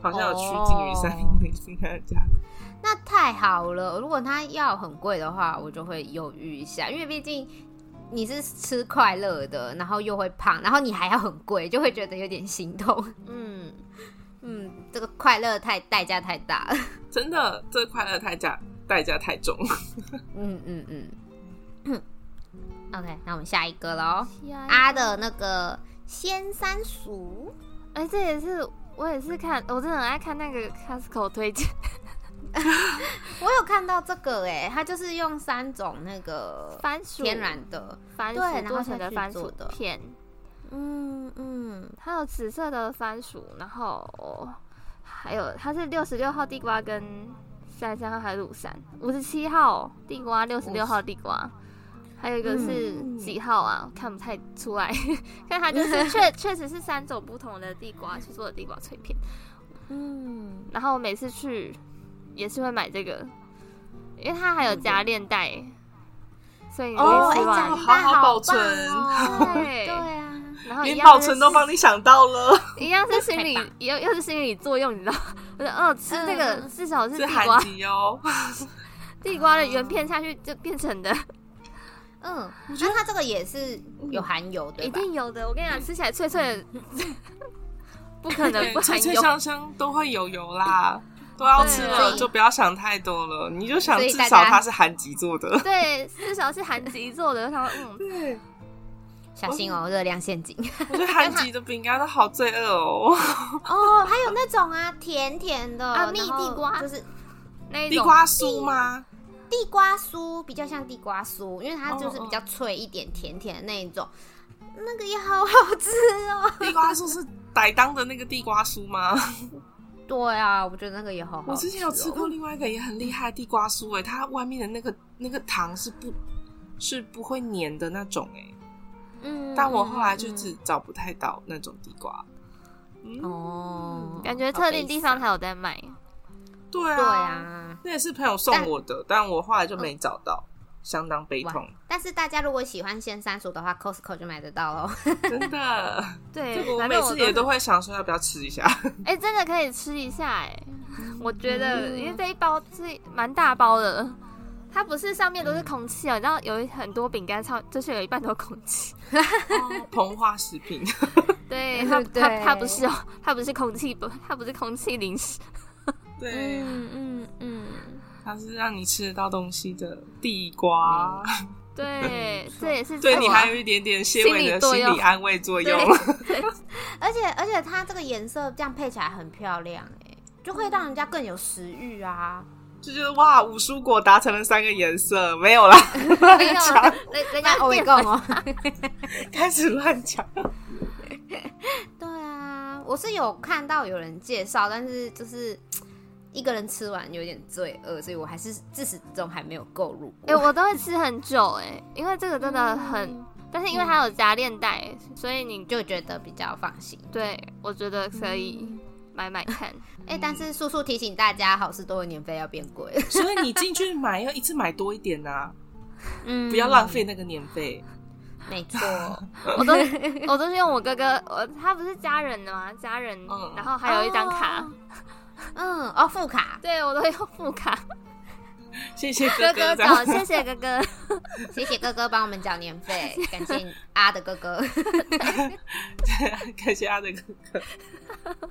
Speaker 2: 好像有趋近于三明治饼干的价格。
Speaker 1: 那太好了。如果它要很贵的话，我就会犹豫一下，因为毕竟你是吃快乐的，然后又会胖，然后你还要很贵，就会觉得有点心痛。
Speaker 3: 嗯，
Speaker 1: 嗯，这个快乐太代价太大了。
Speaker 3: 哦
Speaker 2: 真的，这快乐太价代价太重。
Speaker 1: 嗯嗯嗯。OK，那我们下一个喽。
Speaker 3: 啊，
Speaker 1: 阿的那个仙山薯，
Speaker 3: 哎，这也是我也是看，我真的很爱看那个 Costco 推荐，
Speaker 1: 我有看到这个哎、它就是用三种那个
Speaker 3: 番薯
Speaker 1: 天然的，
Speaker 3: 番
Speaker 1: 对然
Speaker 3: 薯
Speaker 1: 后
Speaker 3: 做成
Speaker 1: 下
Speaker 3: 的
Speaker 1: 去
Speaker 3: 番
Speaker 1: 做
Speaker 3: 薯
Speaker 1: 的
Speaker 3: 片，
Speaker 1: 嗯嗯，
Speaker 3: 它有紫色的番薯，然后还有它是六十六号地瓜跟三十三号海陆山，五十七号地瓜，六十六号地瓜，还有一个是
Speaker 1: 嗯
Speaker 3: 几号啊？看不太出来， 但 它就是确确实是三种不同的地瓜去做的地瓜脆片。
Speaker 1: 嗯，
Speaker 3: 然后我每次去也是会买这个，因为它还有加链带，所以你
Speaker 2: 哦
Speaker 3: 吃
Speaker 1: 哎，
Speaker 3: 完
Speaker 1: 加
Speaker 2: 好
Speaker 1: 拿大
Speaker 2: 好
Speaker 1: 棒
Speaker 2: 保存
Speaker 1: 哦
Speaker 3: 对
Speaker 1: 对啊，
Speaker 3: 然后一
Speaker 2: 连
Speaker 3: 样
Speaker 2: 保
Speaker 3: 是
Speaker 2: 存都帮你想到了，
Speaker 3: 一样是心理
Speaker 1: 太棒，
Speaker 3: 又又是心理作用，你知道？我说，嗯，吃这个
Speaker 1: 嗯
Speaker 3: 至少是
Speaker 2: 这
Speaker 3: 地瓜
Speaker 2: 韩，籍 哦。
Speaker 3: 地瓜的原片下去就变成的，
Speaker 1: 嗯，那它这个也是有含油对
Speaker 3: 一
Speaker 1: 吧？
Speaker 3: 定有的。我跟你
Speaker 2: 嗯
Speaker 3: 讲，吃起来脆脆的， 不可能
Speaker 2: 对
Speaker 3: 不，含
Speaker 2: 脆脆
Speaker 3: 油。
Speaker 2: 香香都会有油啦，都要吃了
Speaker 1: 对
Speaker 2: 就不要想太多了，你就想
Speaker 1: 所以
Speaker 2: 至
Speaker 1: 大
Speaker 2: 少
Speaker 1: 家
Speaker 2: 它是韩籍做 的。
Speaker 3: 对，至少是韩籍做的。他说，嗯，
Speaker 2: 对，
Speaker 1: 小心哦，热量陷阱。
Speaker 2: 我觉得韩籍的饼干都好罪恶 哦，
Speaker 1: 哦，还有那种 啊，甜甜的
Speaker 3: 啊蜜
Speaker 1: 然后
Speaker 3: 地瓜
Speaker 1: 就是
Speaker 3: 那一
Speaker 2: 地
Speaker 3: 种
Speaker 2: 瓜酥吗？
Speaker 1: 地瓜酥，比较像地瓜酥，因为它就是
Speaker 2: 哦哦
Speaker 1: 比较脆一点，甜甜的那一种。那个也好好吃哦。
Speaker 2: 地瓜酥是傣当的那个地瓜酥吗？
Speaker 1: 对啊，我觉得那个也
Speaker 3: 哦
Speaker 1: 好好吃、
Speaker 2: 我之前有吃过，另外一个也很厉害的地瓜酥、欸，哎，它外面的那个那个糖是不，是不会粘的那种、欸，
Speaker 1: 嗯
Speaker 2: 但我后来就只找不太到那种地瓜。嗯，
Speaker 1: 哦，
Speaker 3: 感觉特定地方才有在卖。
Speaker 2: 对啊，
Speaker 1: 对，啊。
Speaker 2: 那也是朋友送我的，但我后来就没找到，相当悲痛，
Speaker 1: 但是大家如果喜欢鲜山薯的话，Costco 就买得到喽。
Speaker 2: 真的。
Speaker 3: 对
Speaker 2: 这个，我
Speaker 3: 反
Speaker 2: 每
Speaker 3: 正我
Speaker 2: 次也
Speaker 3: 都
Speaker 2: 都会想说要不要吃一下，
Speaker 3: 哎，真的可以吃一下哎。我觉得，
Speaker 1: 嗯
Speaker 3: 因为这一包是蛮大包的，它不是上面都是空气哦，你知道有很多饼干上就是有一半都是空气。哦
Speaker 2: 膨化食品。
Speaker 3: 对
Speaker 1: 对
Speaker 3: 它
Speaker 1: 不
Speaker 3: 它
Speaker 1: 对
Speaker 3: 它不是哦，它不是空气不，它不是空气零食。
Speaker 2: 对，
Speaker 1: 嗯嗯，
Speaker 2: 它是让你吃得到东西的地
Speaker 3: 嗯
Speaker 2: 瓜，
Speaker 3: 对，这也 是
Speaker 2: 对
Speaker 3: 自
Speaker 2: 你
Speaker 3: 我
Speaker 2: 还有一点点些微的
Speaker 3: 心理作
Speaker 2: 心
Speaker 3: 用
Speaker 2: 理安慰作用。
Speaker 1: 而且而且它这个颜色这样配起来很漂亮哎、就会让人家更有食欲啊。
Speaker 2: 就觉得哇，五蔬果达成了三个颜色，没有啦，
Speaker 3: 没有
Speaker 2: 讲
Speaker 3: 哎人人
Speaker 1: 那
Speaker 3: 家
Speaker 1: 我也
Speaker 3: 淀
Speaker 1: 够
Speaker 3: 粉
Speaker 1: 哦。
Speaker 2: 开始乱讲。
Speaker 1: 对啊，我是有看到有人介绍，但是就是一个人吃完有点罪恶，所以我还是自始至终还没有购入过。
Speaker 3: 哎、我都会吃很久哎、因为这个真的很，
Speaker 1: 嗯
Speaker 3: 但是因为它有夹链带，所以你
Speaker 1: 就觉得比较放心。
Speaker 3: 对我觉得可以买买看。
Speaker 1: 哎、但是叔叔提醒大家，好事多的年费要变贵，
Speaker 2: 所以你进去买要一次买多一点呐、
Speaker 1: 嗯
Speaker 2: 不要浪费那个年费。
Speaker 1: 没错，
Speaker 3: 我都我都是用我哥哥，我他不是家人的吗？家人，
Speaker 2: 嗯
Speaker 3: 然后还有一张卡，
Speaker 1: 哦嗯，哦，副卡，
Speaker 3: 对我都会用副卡。
Speaker 2: 谢谢哥
Speaker 3: 哥哥
Speaker 2: 这
Speaker 3: 找，
Speaker 2: 样
Speaker 3: 谢谢哥哥。
Speaker 1: 谢谢哥哥帮我们缴年 费，感谢阿的哥哥。
Speaker 2: 感谢阿的哥哥。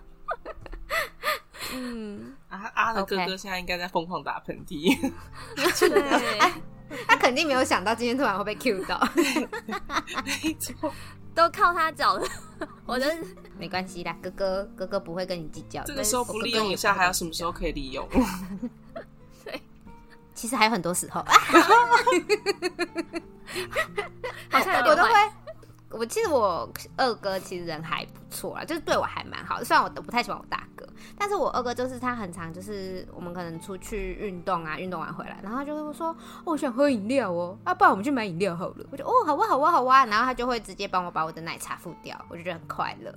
Speaker 1: 嗯，
Speaker 2: 阿、阿的哥
Speaker 1: OK
Speaker 2: 哥现在应该在疯狂打喷嚏，
Speaker 3: 对，哎
Speaker 1: 他肯定没有想到今天突然会被 Q 到，
Speaker 2: 没错，
Speaker 3: 都靠他找了，我就是
Speaker 1: 没关系啦，哥哥哥哥不会跟你计较的。
Speaker 2: 这个时候不利用一下，还有什么时候可以利用？
Speaker 1: 其实还有很多时候。
Speaker 3: 好像有
Speaker 1: 我
Speaker 3: 点
Speaker 1: 都会
Speaker 3: 坏。。
Speaker 1: 我其实我二哥其实人还不错啦，就是对我还蛮好的。虽然我不太喜欢我大哥，但是我二哥就是他很常就是我们可能出去运动啊，运动完回来，然后他就会说、哦我想喝饮料哦，啊，不然我们去买饮料好了。我就哦，好啊，好啊，好啊，然后他就会直接帮我把我的奶茶付掉，我就觉得很快乐。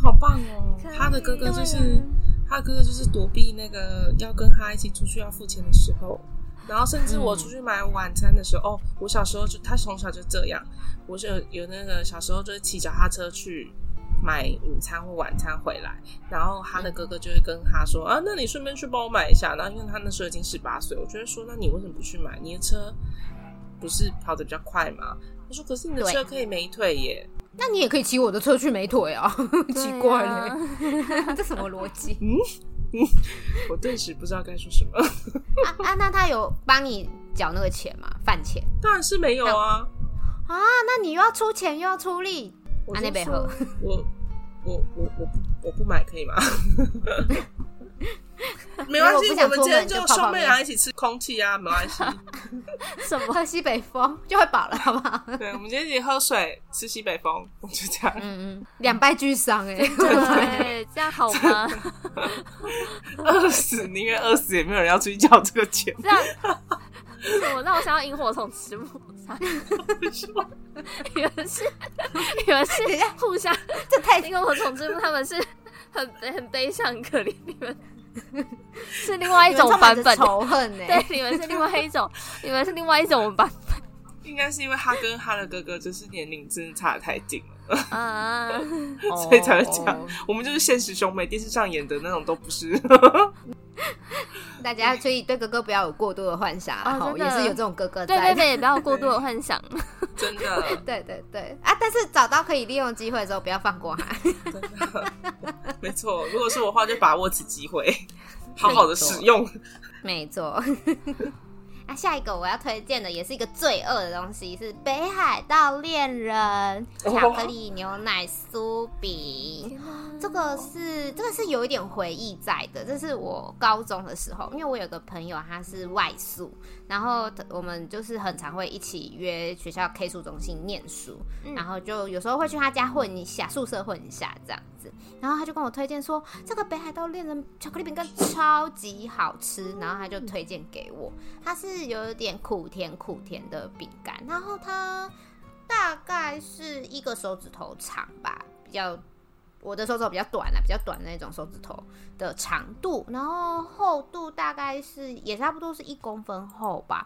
Speaker 2: 好棒哦！他的哥哥就是他的哥哥就是躲避那个要跟他一起出去要付钱的时候，然后甚至我出去买晚餐的时候，哦，我小时候就他从小就这样，我是有有那个小时候就是骑脚踏车去。买午餐或晚餐回来，然后他的哥哥就会跟他说：“啊，那你顺便去帮我买一下。”然后因为他那时候已经十八岁，我就会说：“那你为什么不去买？你的车不是跑得比较快吗？”他说：“可是你的
Speaker 1: 对
Speaker 2: 车可以没退耶。”
Speaker 1: 那你也可以骑我的车去美腿啊， 奇怪
Speaker 3: 对啊
Speaker 1: 了， 这什么逻辑？
Speaker 2: 我顿时不知道该说什么。
Speaker 1: 啊啊，那他有帮你缴那个钱吗？饭钱
Speaker 2: 当然是没有啊，
Speaker 1: 啊？那你又要出钱又要出力，
Speaker 2: 我
Speaker 1: 啊那
Speaker 2: 就
Speaker 1: 边
Speaker 2: 说
Speaker 1: 喝
Speaker 2: 我我我我不我不买可以吗？没关
Speaker 1: 如
Speaker 2: 系，
Speaker 1: 果不想
Speaker 2: 我们今天
Speaker 1: 出门就泡泡
Speaker 2: 兄妹
Speaker 1: 面
Speaker 2: 俩一起吃空气啊，没关系。
Speaker 3: 什么？
Speaker 1: 喝 西北风就会饱了，好不好？
Speaker 2: 对，我们今天一起喝水，吃西北风， 就这样。
Speaker 1: 嗯嗯，两败俱伤 哎、
Speaker 3: 对，这样好吗？
Speaker 2: 饿死，宁愿饿死也没有人要出去交这个钱。
Speaker 3: 这样，什么让我想要萤火虫之墓？啥以为是，以为是互相，
Speaker 1: 这太
Speaker 3: 萤火虫之墓他们是很很悲伤很可怜，你们是另外一种
Speaker 1: 充满
Speaker 3: 版
Speaker 1: 着
Speaker 3: 本。
Speaker 1: 仇恨哎、
Speaker 3: 对，你们是另外一种，你们是另外一种 版
Speaker 2: 应该是因为他跟他的哥哥就是年龄真的差得太近了，
Speaker 3: 本啊。
Speaker 1: 嗯
Speaker 2: 所以才会这
Speaker 1: 哦
Speaker 2: 样。我们就是现实兄妹，电视上演的那种都不是。
Speaker 1: 大家所以对哥哥不要有过多的幻想啊，
Speaker 3: 哦
Speaker 1: 吼
Speaker 3: 真
Speaker 1: 也
Speaker 3: 的
Speaker 1: 是有这种哥哥
Speaker 3: 对对
Speaker 1: 在的。
Speaker 3: 对，也不要有过度的幻想。
Speaker 2: 真的，
Speaker 1: 对对对啊！但是找到可以利用的机会的时候，不要放过他。
Speaker 2: 没错。如果是我的话，就把握此机会，好好的使用。
Speaker 1: 没错。 啊，下一个我要推荐的也是一个罪恶的东西，是《北海道恋人》
Speaker 2: 哦
Speaker 1: 巧克力牛奶酥饼。这个是这个是有一点回忆在的，这是我高中的时候，因为我有个朋友他是外宿，然后我们就是很常会一起约学校 K 书中心念书，
Speaker 3: 嗯
Speaker 1: 然后就有时候会去他家混一下，宿舍混一下这样子。然后他就跟我推荐说，这个北海道恋人巧克力饼干超级好吃，然后他就推荐给我，它是有一点苦甜苦甜的饼干，然后它大概是一个手指头长吧，比较我的手指头比较短啊，比较短的那种手指头的长度，然后厚度大概是也差不多是一公分厚吧。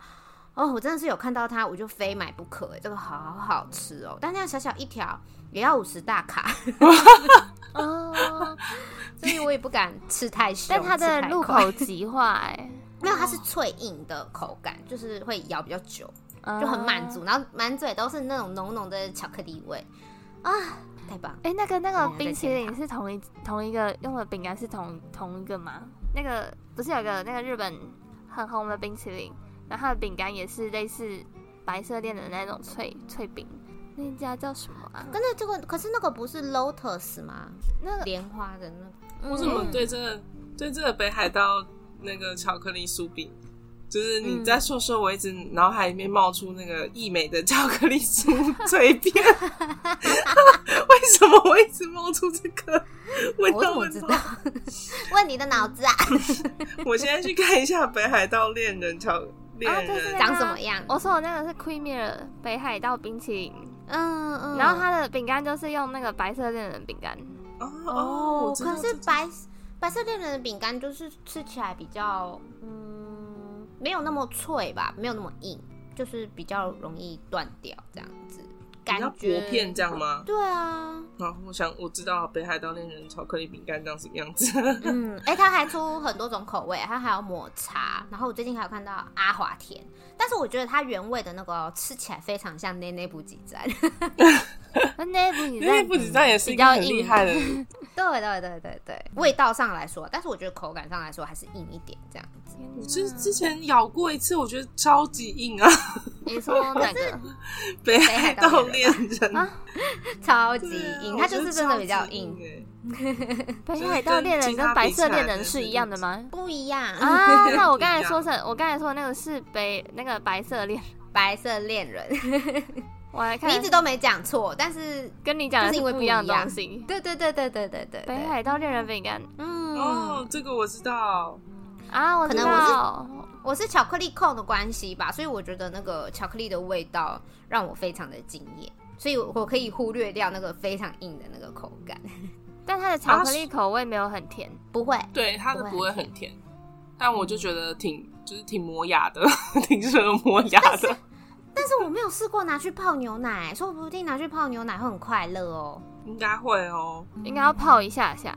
Speaker 1: 哦，我真的是有看到它，我就非买不可哎、这个好好吃哦！但那样小小一条也要五十大 卡，
Speaker 3: 哦，
Speaker 1: 所以我也不敢吃太凶。
Speaker 3: 但它
Speaker 1: 吃
Speaker 3: 的
Speaker 1: 太
Speaker 3: 入
Speaker 1: 快
Speaker 3: 口即化，哎，
Speaker 1: 没有，它是脆硬的口感，就是会咬比较久，
Speaker 3: 就
Speaker 1: 就很满足，然后满嘴都是那种浓浓的巧克力味啊，太棒！
Speaker 3: 哎、那个那个
Speaker 1: 嗯
Speaker 3: 冰淇
Speaker 1: 在
Speaker 3: 淋是同一同一个用的饼干是同同一个吗？那个不是有个那个日本很红的冰淇淋，然后它的饼干也是类似白色恋的那种脆脆饼，那家叫什么啊？
Speaker 1: 跟那这个，可是那个不是 lotus 吗？
Speaker 3: 那个
Speaker 1: 莲花的那个，嗯
Speaker 2: 为什么对这个对这个北海道那个巧克力酥饼，就是你在说说，我一直脑海里面冒出那个益美的巧克力酥脆 片，为什么我一直冒出这个味
Speaker 1: 我怎
Speaker 2: 道？
Speaker 1: 么
Speaker 2: 味
Speaker 1: 知
Speaker 2: 道
Speaker 1: 道？ 问你的脑子啊，
Speaker 2: 我现在去看一下北海道恋人巧恋
Speaker 3: 啊，就
Speaker 2: 人
Speaker 3: 是那个啊
Speaker 1: 长什么样
Speaker 2: 哦
Speaker 3: 我说的那个是 creamy 的北海道冰淇淋，
Speaker 1: 嗯嗯。
Speaker 3: 然后它的饼干就是用那个白色恋人的饼 干，
Speaker 2: 哦哦，
Speaker 1: 哦
Speaker 2: 我，知道
Speaker 1: 可是白白色恋人的饼干就是吃起来比较，嗯，没有那么脆吧，没有那么硬，就是比较容易断掉这样子，
Speaker 2: 比
Speaker 1: 感
Speaker 2: 较
Speaker 1: 觉
Speaker 2: 薄片这样吗？
Speaker 1: 对啊，
Speaker 2: 然后我想我知道北海道恋人巧克力饼干长什么样子。
Speaker 1: 嗯，哎、它还出很多种口味，它还有抹茶，然后我最近还有看到阿华田，但是我觉得它原味的那个哦吃起来非常像内内补给站，
Speaker 3: 那那部 你
Speaker 2: 因为
Speaker 3: 在
Speaker 2: 不止站也是一
Speaker 3: 比
Speaker 2: 个
Speaker 3: 较
Speaker 2: 很厉
Speaker 3: 硬
Speaker 2: 害的，
Speaker 1: 对对对对对，味道上来说，但是我觉得口感上来说还是硬一点这样子，
Speaker 2: 我之之前咬过一次，我觉得超级硬啊！
Speaker 3: 你说哪个？
Speaker 2: 北
Speaker 1: 海
Speaker 2: 海
Speaker 1: 道
Speaker 2: 道
Speaker 1: 恋
Speaker 2: 恋人，
Speaker 1: 超级
Speaker 2: 对啊
Speaker 1: 硬，
Speaker 2: 我
Speaker 1: 它
Speaker 2: 觉
Speaker 1: 就
Speaker 2: 得
Speaker 1: 是真的比较
Speaker 2: 超级
Speaker 1: 硬
Speaker 2: 硬，欸
Speaker 3: 北海道恋人跟白色恋人是一样的吗？
Speaker 1: 不一样
Speaker 3: 啊， 那我刚才说成，我刚才说的那个是北那个白色恋，
Speaker 1: 白色恋人，
Speaker 3: 我来看
Speaker 1: 名字都没讲错，但是
Speaker 3: 跟你讲的
Speaker 1: 就是因为
Speaker 3: 不一样
Speaker 1: 不一
Speaker 3: 的
Speaker 1: 样
Speaker 3: 东西。
Speaker 1: 对对对对对对对，
Speaker 3: 北海道恋人饼干
Speaker 1: 嗯，
Speaker 2: 哦，这个我知道，
Speaker 3: 啊，我知
Speaker 1: 可能我是
Speaker 3: 道，
Speaker 1: 我是巧克力控的关系吧，所以我觉得那个巧克力的味道让我非常的惊艳，所以我可以忽略掉那个非常硬的那个口感，
Speaker 3: 但它的巧克力口味没有很甜，
Speaker 1: 不会，
Speaker 2: 对，它的
Speaker 1: 不
Speaker 2: 不
Speaker 1: 会
Speaker 2: 会
Speaker 1: 很
Speaker 2: 很甜，但我就觉得挺就是挺磨牙的， 挺适合磨牙的。
Speaker 1: 但是我没有试过拿去泡牛奶，说不定拿去泡牛奶会很快乐哦。
Speaker 2: 应该会哦，
Speaker 3: 应该要泡一下下。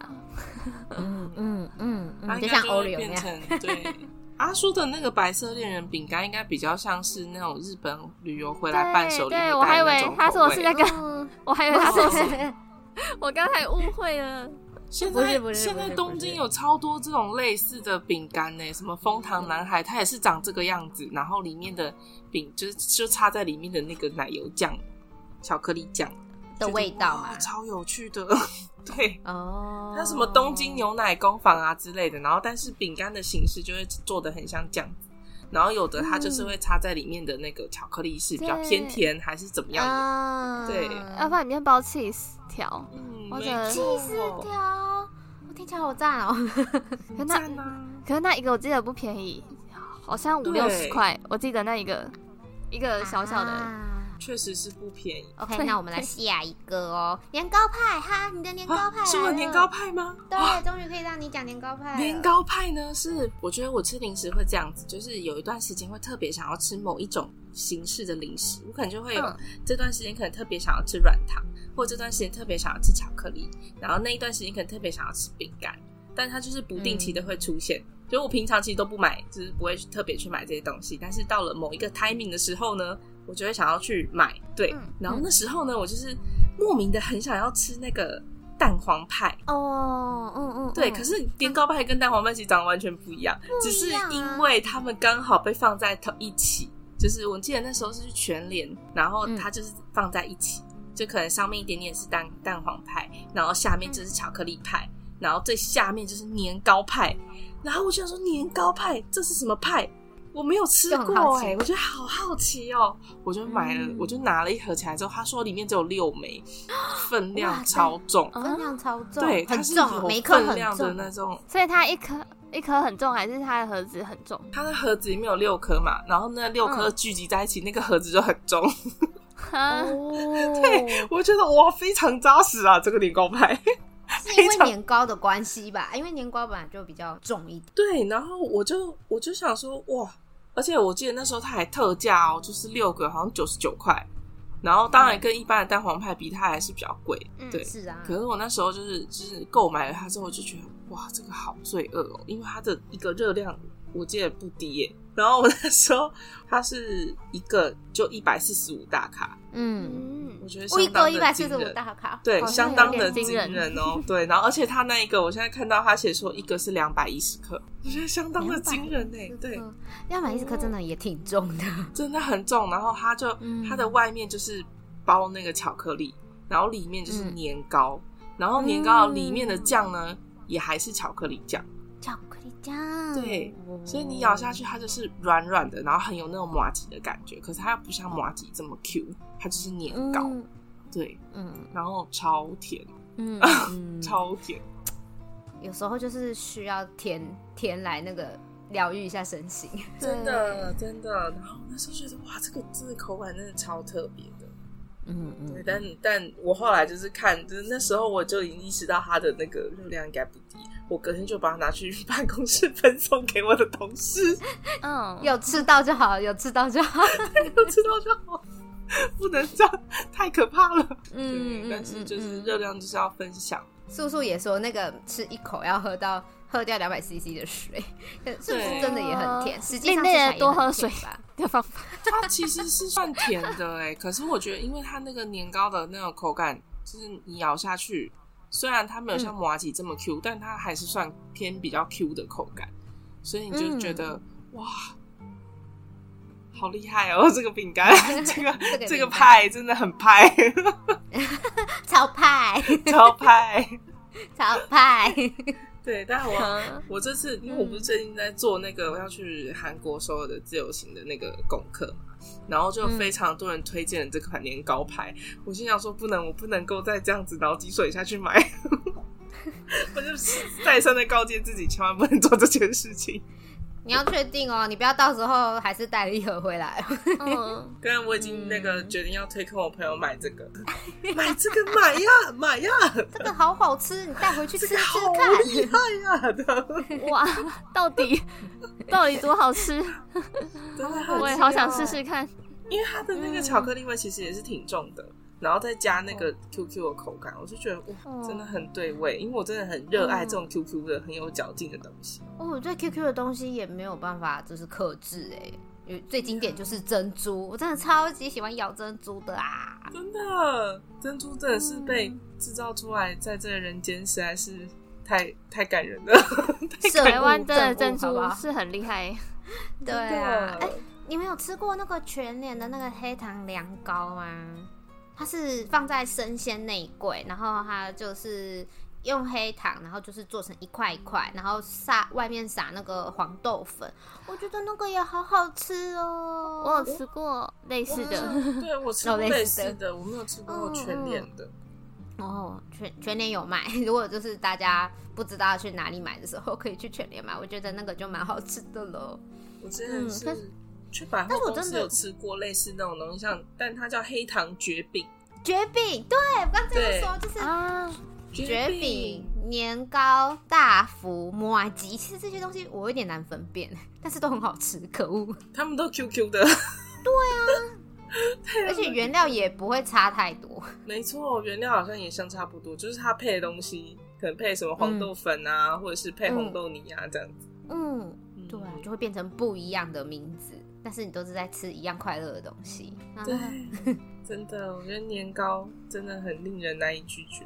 Speaker 1: 嗯嗯嗯
Speaker 2: 它
Speaker 1: 嗯，就
Speaker 2: 应该
Speaker 1: 像
Speaker 2: 就会
Speaker 1: Oreo 那
Speaker 2: 变
Speaker 1: 样，
Speaker 2: 成对。 阿叔的那个白色恋人饼干应该比较像是那种日本旅游回来伴手
Speaker 3: 对，
Speaker 2: 礼会带
Speaker 3: 对
Speaker 2: 的
Speaker 3: 我还以
Speaker 2: 那
Speaker 3: 为
Speaker 2: 种
Speaker 3: 他
Speaker 2: 口
Speaker 3: 说的
Speaker 2: 味
Speaker 3: 是那个，
Speaker 1: 嗯，
Speaker 3: 我还以为 他说是，我刚才误会了。
Speaker 2: 现
Speaker 1: 不是
Speaker 2: 在
Speaker 1: 不是
Speaker 2: 现
Speaker 1: 不
Speaker 2: 在
Speaker 1: 是
Speaker 2: 东
Speaker 1: 不
Speaker 2: 京
Speaker 1: 是
Speaker 2: 有超多这种类似的饼干呢，什么枫糖男孩，它也是长这个样子，然后里面的饼就是就插在里面的那个奶油酱、巧克力酱，
Speaker 1: 的味道嘛
Speaker 2: 哇，超有趣的。 对，
Speaker 1: 哦，
Speaker 2: 那什么东京牛奶工坊啊之类的，然后但是饼干的形式就会做的很像酱子，然后有的它就是会插在里面的那个巧克力是比较偏甜还是怎么样的，
Speaker 1: 啊
Speaker 2: 对
Speaker 3: 要不然里面包 cheese 条，
Speaker 2: 嗯，
Speaker 3: 我
Speaker 2: 没
Speaker 3: 觉得
Speaker 2: 错
Speaker 1: 四条，我听起来好赞哦，
Speaker 3: 可那
Speaker 2: 赞啊！
Speaker 3: 可是那一个我记得不便宜，好像五
Speaker 2: 对
Speaker 3: 六十块，我记得那一个一个小小的。
Speaker 1: 啊
Speaker 2: 确实是不便宜
Speaker 1: OK，那我们来下一个哦，年糕派哈，你的年糕派来
Speaker 2: 啊！
Speaker 1: 了
Speaker 2: 是我年糕，派吗？
Speaker 1: 对，终于可以让你讲年糕派了
Speaker 2: 年糕派呢，是我觉得我吃零食会这样子，就是有一段时间会特别想要吃某一种形式的零食，我可能就会有、
Speaker 3: 嗯
Speaker 2: 这段时间可能特别想要吃软糖，或者这段时间特别想要吃巧克力，然后那一段时间可能特别想要吃饼干，但它就是不定期的会出现。
Speaker 1: 嗯
Speaker 2: 所以我平常其实都不买，就是不会去特别去买这些东西，但是到了某一个 timing 的时候呢，我就会想要去买。对，
Speaker 3: 嗯
Speaker 2: 然后那时候呢，我就是莫名的很想要吃那个蛋黄派。
Speaker 1: 哦，嗯嗯，嗯
Speaker 2: 对，可是年糕派跟蛋黄派其实长得完全不一样，
Speaker 1: 啊
Speaker 2: 只是因为他们刚好被放在同一起。就是我记得那时候是去全联，然后
Speaker 1: 嗯
Speaker 2: 它就是放在一起，就可能上面一点点是蛋蛋黄派，然后下面就是
Speaker 1: 嗯
Speaker 2: 巧克力派，然后最下面就是年糕派。然后我就想说，年糕派这是什么派？我没有吃
Speaker 1: 就很
Speaker 2: 过
Speaker 1: 好
Speaker 2: 哎、
Speaker 1: 奇
Speaker 2: 我觉得好好奇哦、我就买了，
Speaker 1: 嗯
Speaker 2: 我就拿了一盒起来之后，他说里面只有 六枚，分
Speaker 1: 哇
Speaker 2: 量
Speaker 1: 塞嗯
Speaker 2: 超重，
Speaker 1: 哦分量超重，
Speaker 2: 对，它
Speaker 1: 很
Speaker 2: 是
Speaker 1: 重，
Speaker 2: 有
Speaker 1: 每一颗
Speaker 2: 分
Speaker 1: 很
Speaker 2: 量的
Speaker 1: 重，
Speaker 2: 那种。
Speaker 3: 所以它一颗一颗很重，还是它的盒子很重？
Speaker 2: 它的盒子里面有六颗嘛，然后那六颗
Speaker 3: 嗯
Speaker 2: 聚集在一起，那个盒子就很重。
Speaker 3: 哈，
Speaker 1: 哦，
Speaker 2: 我觉得哇，非常扎实啊，这个年糕派。
Speaker 1: 是因
Speaker 2: 非
Speaker 1: 为
Speaker 2: 常
Speaker 1: 年糕的关系吧？因为年糕本来就比较重一点。
Speaker 2: 对，然后我就我就想说哇，而且我记得那时候它还特价哦，就是六个好像九十九块，然后
Speaker 1: 嗯
Speaker 2: 当然跟一般的蛋黄派比，它还是比较贵。
Speaker 3: 嗯
Speaker 2: 对，
Speaker 1: 是啊，
Speaker 2: 可是我那时候就是就是购买了它之后，我就觉得哇，这个好罪恶哦，因为它的一个热量我记得不低耶。然后我那时候它是一个就一百四十五大卡，
Speaker 1: 嗯，
Speaker 3: 嗯
Speaker 2: 我，觉得
Speaker 1: 我一
Speaker 2: 相当
Speaker 1: 个
Speaker 2: 的
Speaker 1: 一百四十
Speaker 2: 惊
Speaker 1: 五
Speaker 2: 人
Speaker 1: 大卡，
Speaker 2: 对，
Speaker 3: 好像
Speaker 2: 相当
Speaker 3: 有
Speaker 2: 的
Speaker 3: 点
Speaker 2: 惊
Speaker 3: 惊人
Speaker 2: 人 哦。对，然后而且它那一个，我现在看到它写说一个是两百一十克，我觉得相当的惊人呢、对，哦
Speaker 1: 两百一十克真的也挺重的。
Speaker 2: 真的很重。然后它就、
Speaker 1: 嗯
Speaker 2: 它的外面就是包那个巧克力，然后里面就是
Speaker 1: 嗯
Speaker 2: 年糕，然后年糕里面的酱呢也还是巧克力酱，
Speaker 1: 巧克力酱，哦
Speaker 2: 对，所以你咬下去它就是软软的，然后很有那种麻吉的感觉，可是它又不像麻吉这么 Q，它就是年
Speaker 1: 嗯
Speaker 2: 糕，对，
Speaker 1: 嗯
Speaker 2: 然后超甜，
Speaker 1: 嗯嗯
Speaker 2: 啊超甜。
Speaker 1: 有时候就是需要甜甜来那个疗愈一下身心。
Speaker 2: 真的真的。然后那时候觉得哇，这个真的口感真的超特别的。
Speaker 1: 嗯嗯
Speaker 2: 对，但但我后来就是看，就是那时候我就已经意识到它的那个热量应该不低，我隔天就把它拿去 办公室分送给我的同事，
Speaker 3: 嗯，
Speaker 1: 有吃到就好，有吃到就好。
Speaker 2: 就知道就好。不能这样，太可怕了。对，
Speaker 1: 嗯，
Speaker 2: 但是就是
Speaker 1: 嗯嗯
Speaker 2: 热量就是要分享，
Speaker 1: 素素也说，那个吃一口要喝到喝掉两百 CC 的水， 是不是真的也很甜？实际上
Speaker 3: 另类
Speaker 1: 吃起来
Speaker 3: 的
Speaker 1: 也很
Speaker 3: 多喝水
Speaker 1: 甜吧。
Speaker 3: 的方法，
Speaker 2: 它其实是算甜的哎、可是我觉得，因为它那个年糕的那种口感，就是你咬下去，虽然它没有像麻吉这么 Q，、但它还是算偏比较 Q 的口感，所以你就觉得、哇，好厉害哦！这个饼干， 这个
Speaker 1: 这个饼
Speaker 2: 这个
Speaker 1: 干
Speaker 2: 派真的很派，
Speaker 1: 超派，
Speaker 2: 超派。
Speaker 1: 超派。
Speaker 2: 对，但我
Speaker 3: 嗯
Speaker 2: 我这次，因为我不是最近在做那个我要去韩国所有的自由行的那个功课嘛，然
Speaker 1: 嗯
Speaker 2: 后就非常多人推荐了这款年糕牌，我心想说不能，我不能够再这样子，然后滴水下去买， 我就是再三的告诫自己，千万不能做这件事情。
Speaker 1: 你要确定哦，你不要到时候还是带了一盒回来。
Speaker 3: 嗯，
Speaker 2: 刚刚我已经那个
Speaker 1: 嗯
Speaker 2: 决定要推坑我朋友买这个，买这个买呀买 呀，
Speaker 1: 这个好好吃，你带回去吃
Speaker 2: 这
Speaker 1: 吃
Speaker 2: 个好
Speaker 1: 看。
Speaker 2: 厉害呀 的，
Speaker 3: 哇，到底到底多好吃，
Speaker 2: 真的很
Speaker 3: 我也好想
Speaker 2: 香
Speaker 3: 试试看。
Speaker 2: 因为它的那个
Speaker 1: 嗯
Speaker 2: 巧克力味其实也是挺重的，然后再加那
Speaker 1: 哦
Speaker 2: 个 QQ 的口感，我就觉得哇，
Speaker 3: 哦
Speaker 2: 真的很对味。因为我真的很热爱这
Speaker 1: 嗯
Speaker 2: 种 QQ 的很有嚼劲的东西。
Speaker 1: 哦，我对 QQ 的东西也没有办法，就是克制哎、有最经典就是珍珠，我真的超级喜欢咬珍珠的 啊！
Speaker 2: 真的，珍珠真的是被制造出来，在这个人间实在是太太感人了。
Speaker 1: 圣
Speaker 3: 台
Speaker 1: 物
Speaker 3: 湾的
Speaker 1: 圣
Speaker 3: 珍
Speaker 1: 物好不
Speaker 3: 珠
Speaker 1: 好
Speaker 3: 是很厉害，
Speaker 1: 对
Speaker 2: 真
Speaker 1: 啊，
Speaker 2: 的
Speaker 1: 哎、你们有吃过那个全脸的那个黑糖凉糕吗？它是放在生鲜那一柜，然后它就是用黑糖，然后就是做成一块一块，然后撒外面撒那个黄豆粉，我觉得那个也好好吃哦。
Speaker 3: 我有吃过类似
Speaker 2: 我没
Speaker 3: 的，
Speaker 2: 有 对哎我吃
Speaker 1: 有
Speaker 2: 过
Speaker 1: 类似
Speaker 2: 类似的，我没有吃过全脸的。
Speaker 1: 嗯哦，全全年有卖。 如果就是大家不知道去哪里买的时候，可以去全年买，我觉得那个就蛮好吃的喽。
Speaker 2: 我之前
Speaker 1: 嗯但
Speaker 2: 是去百
Speaker 1: 但
Speaker 2: 货
Speaker 1: 是我
Speaker 2: 公
Speaker 1: 真
Speaker 2: 司
Speaker 1: 的
Speaker 2: 有吃过类似那种东西，像但它叫黑糖绝饼，
Speaker 1: 绝饼，对我刚才就说就是
Speaker 3: 啊，
Speaker 1: 绝饼、年糕、大福、麻吉，其实这些东西我有点难分辨，但是都很好吃。可恶，
Speaker 2: 他们都 QQ 的。 对啊，
Speaker 1: 而且原料也不会差太多。
Speaker 2: 没错，原料好像也相差不多，就是它配的东西可能配什么黄豆粉啊，或者是配红豆泥啊这样子。
Speaker 1: 嗯，对啊
Speaker 2: 嗯，
Speaker 1: 就会变成不一样的名字，但是你都是在吃一样快乐的东西。啊
Speaker 2: 对，真的，我觉得年糕真的很令人难以拒绝。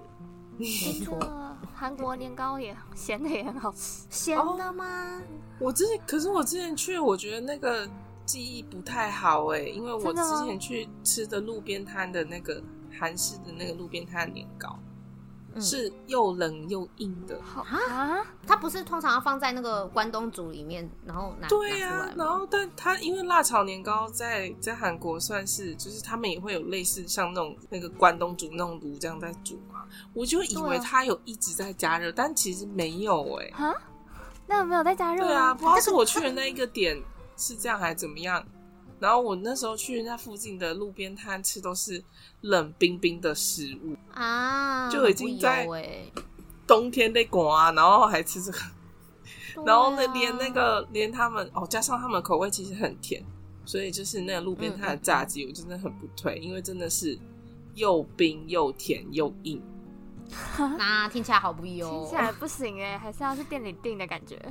Speaker 1: 没
Speaker 3: 那
Speaker 1: 错，
Speaker 3: 个韩国年糕也咸的也很好吃，
Speaker 1: 咸
Speaker 2: 哦
Speaker 1: 的吗？
Speaker 2: 我之前，可是我之前去，我觉得那个记忆不太好哎、因为我
Speaker 3: 真的
Speaker 2: 之
Speaker 3: 吗
Speaker 2: 前去吃的路边摊的那个韩式的那个路边摊年糕，
Speaker 1: 嗯
Speaker 2: 是又冷又硬的。
Speaker 3: 好啊，
Speaker 1: 它不是通常要放在那个关东煮里面，然后拿
Speaker 2: 对啊呀、
Speaker 1: 拿出来
Speaker 2: 然
Speaker 1: 吗？
Speaker 2: 后但它因为辣炒年糕在在韩国算是，就是他们也会有类似像那种那个关东煮那种炉这样在煮嘛，我就以为
Speaker 3: 对啊
Speaker 2: 它有一直在加热，但其实没有哎、
Speaker 3: 啊，那有没有在加热
Speaker 2: 对啊，不知道是我去的那一个点是这样还是怎么样。然后我那时候去那附近的路边摊吃都是冷冰冰的食物，
Speaker 1: 啊，
Speaker 2: 就已经在
Speaker 1: 不油欸
Speaker 2: 冬天在管啊，然后还吃这个，
Speaker 1: 对啊
Speaker 2: 然后那连那个连他们哦，加上他们口味其实很甜，所以就是那个路
Speaker 1: 嗯
Speaker 2: 边摊的炸鸡，我真的很不推，因为真的是又冰又甜又硬。
Speaker 1: 啊那听起来好不油哦，
Speaker 3: 听起来不行哎，还是要去店里订的感觉。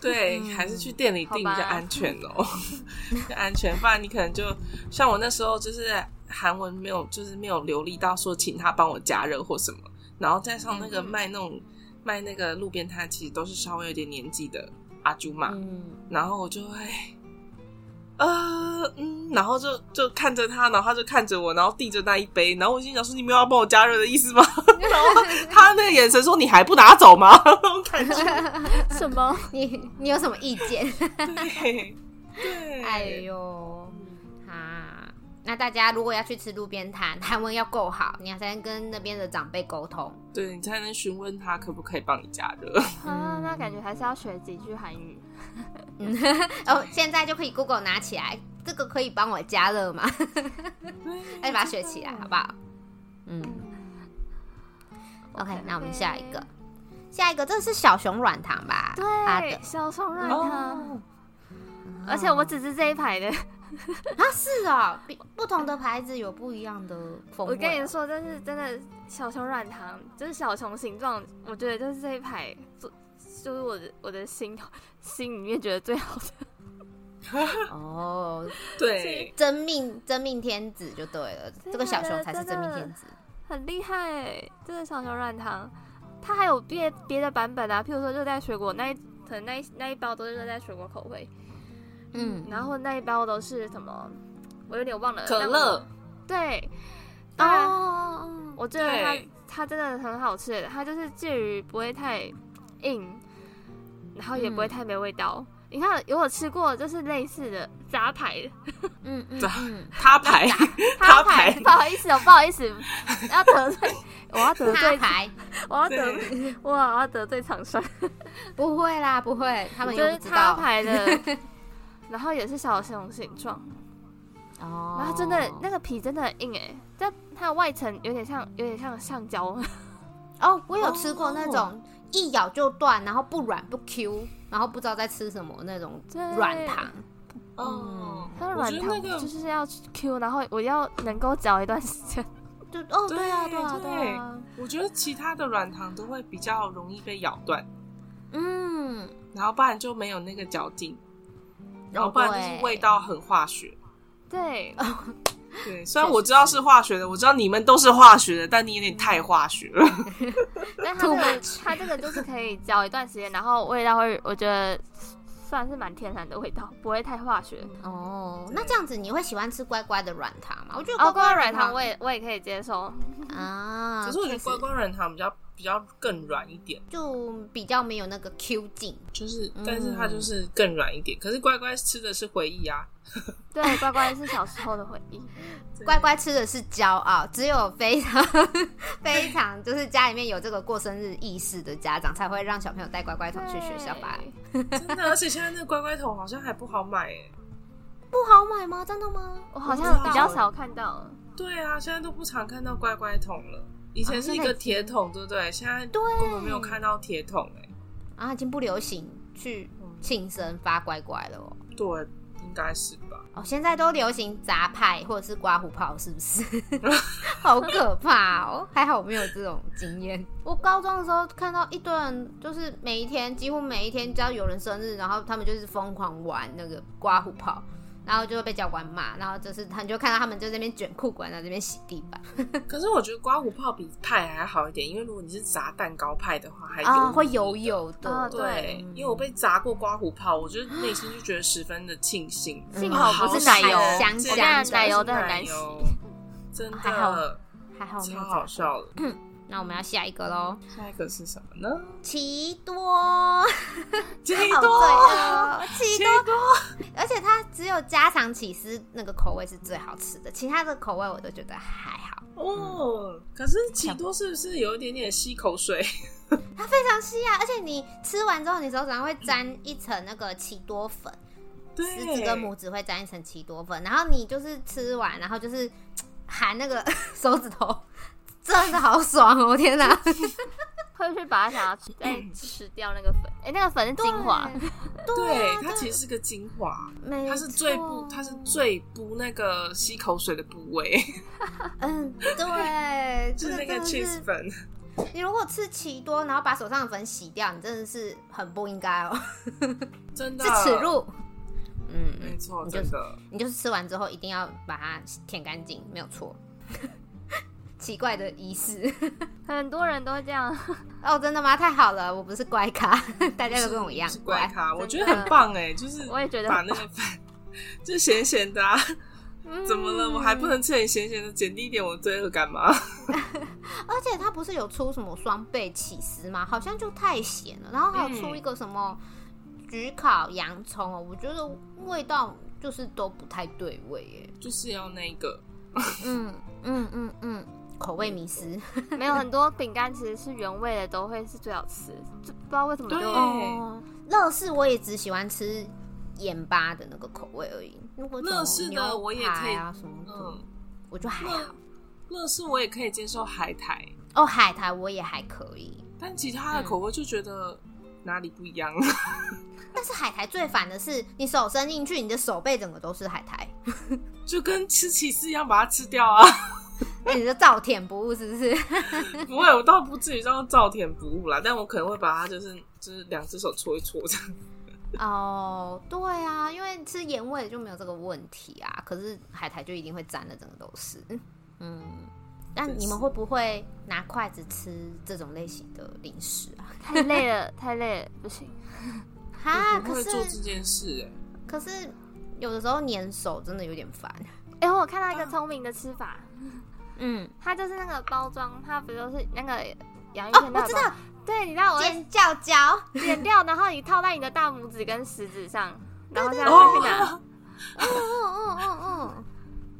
Speaker 2: 对，
Speaker 1: 嗯
Speaker 2: 还是去店里订比较
Speaker 3: 好吧
Speaker 2: 安全哦， 比较安全。不然你可能就像我那时候，就是韩文没有，就是没有流利到说请他帮我加热或什么，然后再上那个
Speaker 1: 嗯
Speaker 2: 卖那种卖那个路边摊，其实都是稍微有点年纪的阿朱嘛，
Speaker 1: 嗯，
Speaker 2: 然后我就会。呃嗯，然后就就看着他，然后他就看着我，然后递着那一杯，然后我心想说：“你没有要帮我加热的意思吗？” 然后他那个眼神说：“你还不拿走吗？”那种感觉，
Speaker 3: 什么？
Speaker 1: 你你有什么意见？
Speaker 2: 对， 对，
Speaker 1: 哎呦，啊！那大家如果要去吃路边摊，韩文要够好，你要才能跟那边的长辈沟通。
Speaker 2: 对你才能询问他可不可以帮你加热。
Speaker 3: 啊，那感觉还是要学几句韩语。
Speaker 1: 哦，现在就可以 Google 拿起来，这个可以帮我加热吗？ 那就把它学起来，好不好？嗯，OK，那我们下一个，下一个这是小熊软糖吧？啊
Speaker 3: 对
Speaker 1: 的，
Speaker 3: 小松软糖，
Speaker 2: 哦，
Speaker 3: 而且我只吃这一排的。
Speaker 1: 啊，是哦，比不同的牌子有不一样的风味
Speaker 3: 我
Speaker 1: 哦。
Speaker 3: 跟你说，但是真的小熊软糖，就是小熊形状，我觉得就是这一排，就就是我的我的心心里面觉得最好的。
Speaker 1: 哦，
Speaker 2: 对，
Speaker 1: 真命真命天子就对了，这个小熊才是真命天子。
Speaker 3: 很厉害哎、这个小熊软糖，它还有别别的版本啊，譬如说热带水果那一，可能那一那一包都是热带水果口味，
Speaker 1: 嗯，
Speaker 3: 然后那一包都是什么，我有点忘了。
Speaker 2: 可
Speaker 3: 但
Speaker 2: 乐哦
Speaker 3: 我，对，当然、
Speaker 1: 哦，
Speaker 3: 我觉得它
Speaker 2: 对
Speaker 3: 它真的很好吃，欸它就是介于不会太硬，然后也不会
Speaker 1: 嗯
Speaker 3: 太没味道。你看，有我吃过就是类似的 杂牌，
Speaker 1: 嗯嗯
Speaker 2: 咋
Speaker 1: 嗯，
Speaker 2: 他牌，他
Speaker 3: 杂
Speaker 2: 牌，
Speaker 3: 不好意思哦，不好意思，要得罪，我要得
Speaker 1: 他
Speaker 3: 罪，
Speaker 1: 牌
Speaker 3: 我要得罪，
Speaker 2: 对，
Speaker 3: 我要得罪厂商。
Speaker 1: 不会啦，不会，他们
Speaker 3: 就
Speaker 1: 又
Speaker 3: 是
Speaker 1: 不知
Speaker 3: 他
Speaker 1: 道。
Speaker 3: 牌 的，然后也是小熊形状，
Speaker 1: 哦
Speaker 3: 然后真的那个皮真的很硬哎、但它的外层有点像有点像橡胶，
Speaker 1: 哦，我有吃过那种一咬就断，然后不软不 Q，然后不知道在吃什么那种
Speaker 3: 对
Speaker 1: 软糖。
Speaker 2: 哦，
Speaker 3: 它嗯
Speaker 2: 我
Speaker 3: 的软
Speaker 2: 觉得那
Speaker 3: 糖
Speaker 2: 个
Speaker 3: 就是要 Q，然后我要能够嚼一段时间。
Speaker 1: 就哦，对啊，
Speaker 2: 对
Speaker 1: 啊，
Speaker 2: 对
Speaker 1: 对啊，
Speaker 2: 我觉得其他的软糖都会比较容易被咬断，
Speaker 1: 嗯，
Speaker 2: 然后不然就没有那个嚼劲，然
Speaker 1: 哦
Speaker 2: 后不然就是味。道很化学。
Speaker 3: 对，
Speaker 2: 对，虽然我知道是嗯化学的，我知道你们都是化学的，但你有点太化学了。
Speaker 3: 但它
Speaker 1: Too
Speaker 3: 这个它这个就是可以嚼一段时间，然后味道会我觉得算是蛮天然的味道，不会太化 学。
Speaker 1: 哦，那这样子你会喜欢吃乖乖的软糖吗？我觉得
Speaker 3: 哦，
Speaker 1: 乖
Speaker 3: 关于软糖
Speaker 1: 糖
Speaker 3: 我也我也可以接 受，
Speaker 1: 啊，
Speaker 2: 可是我觉得
Speaker 1: 确实
Speaker 2: 乖乖软糖比较比较更软一点，
Speaker 1: 就比较没有那个 Q 劲。
Speaker 2: 就是但是它就是更软一点。可是乖乖吃的是回忆啊，
Speaker 3: 对，乖乖是小时候的回忆。
Speaker 1: 乖乖吃的是骄傲，只有非常 非常就是家里面有这个过生日意识的家长，才会让小朋友带乖乖桶 去学校吧？
Speaker 3: 对
Speaker 2: 真的。而且现在那个乖乖桶好像还不好欸买诶、
Speaker 1: 不好买吗？真的吗？
Speaker 3: 我好
Speaker 2: 我不
Speaker 3: 像
Speaker 2: 知道
Speaker 3: 比较少看到，
Speaker 2: 对啊，现在都不常看到乖乖桶了。以前是一
Speaker 1: 啊现在
Speaker 2: 个
Speaker 1: 已经
Speaker 2: 铁桶，对不对？现在
Speaker 1: 对
Speaker 2: 根本没有看到铁桶欸诶、
Speaker 1: 啊，已经不流行去庆生发乖乖了哦。
Speaker 2: 对，应该是吧？
Speaker 1: 哦，现在都流行杂派或者是刮胡泡，是不是？ 好可怕 哦！还好我没有这种经验。我高中的时候看到一堆人，就是每一天几乎每一天，只要有人生日，然后他们就是疯狂玩那个刮胡泡。然后就会被教官骂，然后就是他你就看到他们就在那边卷裤管，啊然后在那边洗地板
Speaker 2: 可是我觉得刮胡泡比派还好一点，因为如果你是炸蛋糕派的话，还有、
Speaker 1: 啊，会油。油的，
Speaker 3: 啊
Speaker 2: 对，
Speaker 1: 嗯
Speaker 2: 因为我被炸过刮胡泡，我就内心就觉得十分的庆幸。
Speaker 1: 嗯
Speaker 2: 哦
Speaker 1: 幸
Speaker 3: 好
Speaker 2: 好
Speaker 3: 不是
Speaker 2: 险
Speaker 3: 奶油
Speaker 1: 香
Speaker 2: 这个
Speaker 1: 香
Speaker 2: 真
Speaker 1: 的
Speaker 2: 的是
Speaker 3: 奶油真的很难洗
Speaker 2: 油，真
Speaker 1: 还好
Speaker 2: 的
Speaker 1: 还好没有
Speaker 2: 超
Speaker 1: 这
Speaker 2: 好
Speaker 1: 样。
Speaker 2: 笑了。
Speaker 1: 那我们要下一个喽，
Speaker 2: 下一个是什么呢？
Speaker 1: 奇多，
Speaker 2: 奇
Speaker 1: 好啊
Speaker 2: 多，
Speaker 1: 罪 恶，奇
Speaker 2: 奇
Speaker 1: 多
Speaker 2: 多，
Speaker 1: 而且它只有家常起司那个口味是最好吃的，其他的口味我都觉得还好。
Speaker 2: 哦，可是奇多是不是有一点点吸 口水？
Speaker 1: 它非常稀啊，而且你吃完之后，你手掌会沾一层那个奇多粉，食指
Speaker 2: 对，
Speaker 1: 跟拇指会沾一层奇多粉，然后你就是吃完，然后就是嘖含那个 手指头，真的好爽哦！天哪，
Speaker 3: 会去把它想要吃再吃掉那个粉，哎，那个粉是精华，
Speaker 1: 对啊
Speaker 2: 对，它其实是个精华，
Speaker 1: 没
Speaker 2: 它是最不
Speaker 1: 错，
Speaker 2: 它是最不那个吸口水的部位，
Speaker 1: 嗯，对，
Speaker 2: 就是
Speaker 1: 这
Speaker 2: 那个
Speaker 1: 真的
Speaker 2: cheese 粉。
Speaker 1: 你如果吃奇多，然后把手上的粉洗掉，你真的是很不应该哦，
Speaker 2: 真的
Speaker 1: 是耻，辱。嗯，
Speaker 2: 没错，
Speaker 1: 你就
Speaker 2: 真的。
Speaker 1: 你就是吃完之后一定要把它舔干净，没有错。奇怪的仪式
Speaker 3: 很多人都会这样。
Speaker 1: 哦，真的吗？太好了，我不是乖咖， 大家都跟我一样
Speaker 2: 是
Speaker 1: 乖
Speaker 2: 怪。咖，我觉得
Speaker 3: 真的
Speaker 2: 很棒 哎，就是
Speaker 3: 我也觉得
Speaker 2: 把
Speaker 3: 很
Speaker 2: 那个饭 就咸咸的啊，
Speaker 1: 嗯
Speaker 2: 怎么了？我还不能吃很咸咸的，减低一点我罪恶感吗？
Speaker 1: 而且它不是有出什么双倍起司吗？好像就太咸了，然后还有
Speaker 2: 嗯
Speaker 1: 出一个什么焗烤洋葱哦，我觉得味道就是都不太对味耶。
Speaker 2: 就是要那个，
Speaker 1: 嗯嗯嗯嗯，口味迷失。
Speaker 3: 没有很多饼干其实是原味的，都会是最好吃，就不知道为什么
Speaker 2: 对
Speaker 3: 就
Speaker 1: 哦，乐事我也只喜欢吃盐巴的那个口味而已。如果什么
Speaker 2: 乐事的
Speaker 1: 牛排
Speaker 2: 我也可以
Speaker 1: 啊，什么的，
Speaker 2: 嗯，
Speaker 1: 我就还好
Speaker 2: 乐。乐事我也可以接受海苔，
Speaker 1: 哦，海苔我也还可以，
Speaker 2: 但其他的口
Speaker 1: 嗯
Speaker 2: 味就觉得哪里不一样。
Speaker 1: 但是海苔最烦的是，你手伸进去，你的手背整个都是海苔，
Speaker 2: 就跟吃起司一样把它吃掉啊！
Speaker 1: 那你就照舔不误，是不 是？
Speaker 2: 不会，我倒不至于到照舔不误啦，但我可能会把它就是就是两只手搓一搓这样。
Speaker 1: 哦，对啊，因为吃盐味就没有这个问题啊，可是海苔就一定会沾的，整个都是。嗯，但
Speaker 2: 真
Speaker 1: 你们
Speaker 2: 是
Speaker 1: 会不会拿筷子吃这种类型的零食啊？
Speaker 3: 太累了，太累了，不行。
Speaker 1: 哈，
Speaker 2: 不
Speaker 1: 啊可
Speaker 2: 会
Speaker 1: 是
Speaker 2: 做这件事、欸，
Speaker 1: 可是有的时候粘手真的有点烦。
Speaker 3: 哎，我有看到一个聪明的吃法，
Speaker 1: 嗯，
Speaker 3: 它就是那个包装，它不就是那个洋芋
Speaker 1: 哦
Speaker 3: 片、
Speaker 1: 我知道，
Speaker 3: 对，你知道我会
Speaker 1: 尖叫叫，
Speaker 3: 剪掉，然后你套在你的大拇指跟食指上，然后这样
Speaker 2: 哦
Speaker 1: 啊
Speaker 3: 下去哦拿。
Speaker 1: 嗯嗯嗯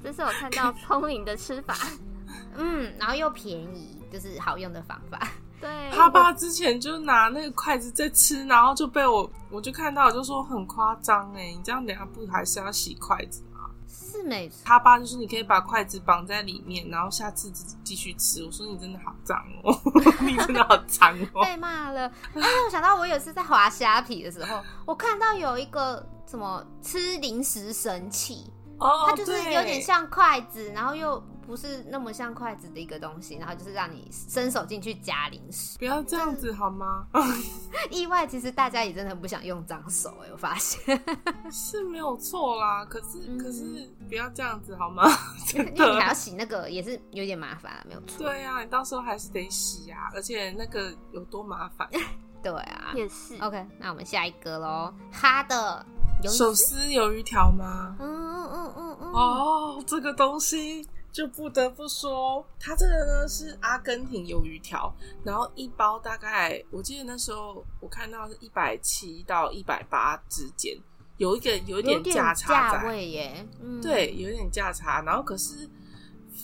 Speaker 3: 这是我看到聪明的吃法。
Speaker 1: 嗯 嗯，然后又便宜，就是好用的方法。
Speaker 3: 对，
Speaker 2: 他爸之前就拿那个筷子在吃，然后就被我我就看到，我就说很夸张哎，你这样等下不还是要洗筷子吗？
Speaker 1: 是没错，
Speaker 2: 他爸就是你可以把筷子绑在里面，然后下次自己继续吃。我说你真的好脏哦， 你真的好脏哦。
Speaker 1: 被骂了。但是我想到我有一次在滑虾皮的时候，我看到有一个什么吃零食神器，
Speaker 2: 哦，
Speaker 1: 它就是
Speaker 2: 对
Speaker 1: 有点像筷子，然后又不是那么像筷子的一个东西，然后就是让你伸手进去夹零食。
Speaker 2: 不要这样子好吗？
Speaker 1: 意外，其实大家也真的很不想用脏手、欸，我发现。
Speaker 2: 是没有错啦，可是、
Speaker 1: 嗯
Speaker 2: 可是不要这样子好吗？ 真
Speaker 1: 因为你还
Speaker 2: 的。
Speaker 1: 要洗那个也是有点麻烦、啊，没有错。
Speaker 2: 对啊，你到时候还是得洗啊，而且那个有多麻烦，
Speaker 1: 对啊
Speaker 3: 也是。
Speaker 1: ，OK，那我们下一个喽，哈的鱿鱼
Speaker 2: 手撕鱿鱼条吗？
Speaker 1: 嗯嗯嗯嗯嗯，
Speaker 2: 哦，这个东西就不得不说，它这个呢是阿根廷鱿鱼条，然后一包大概我记得那时候我看到是一百七到一百八之间，有一个有
Speaker 1: 有
Speaker 2: 一点价差
Speaker 1: 价
Speaker 2: 在，
Speaker 1: 位耶，嗯，
Speaker 2: 对，有一点价差，然后可是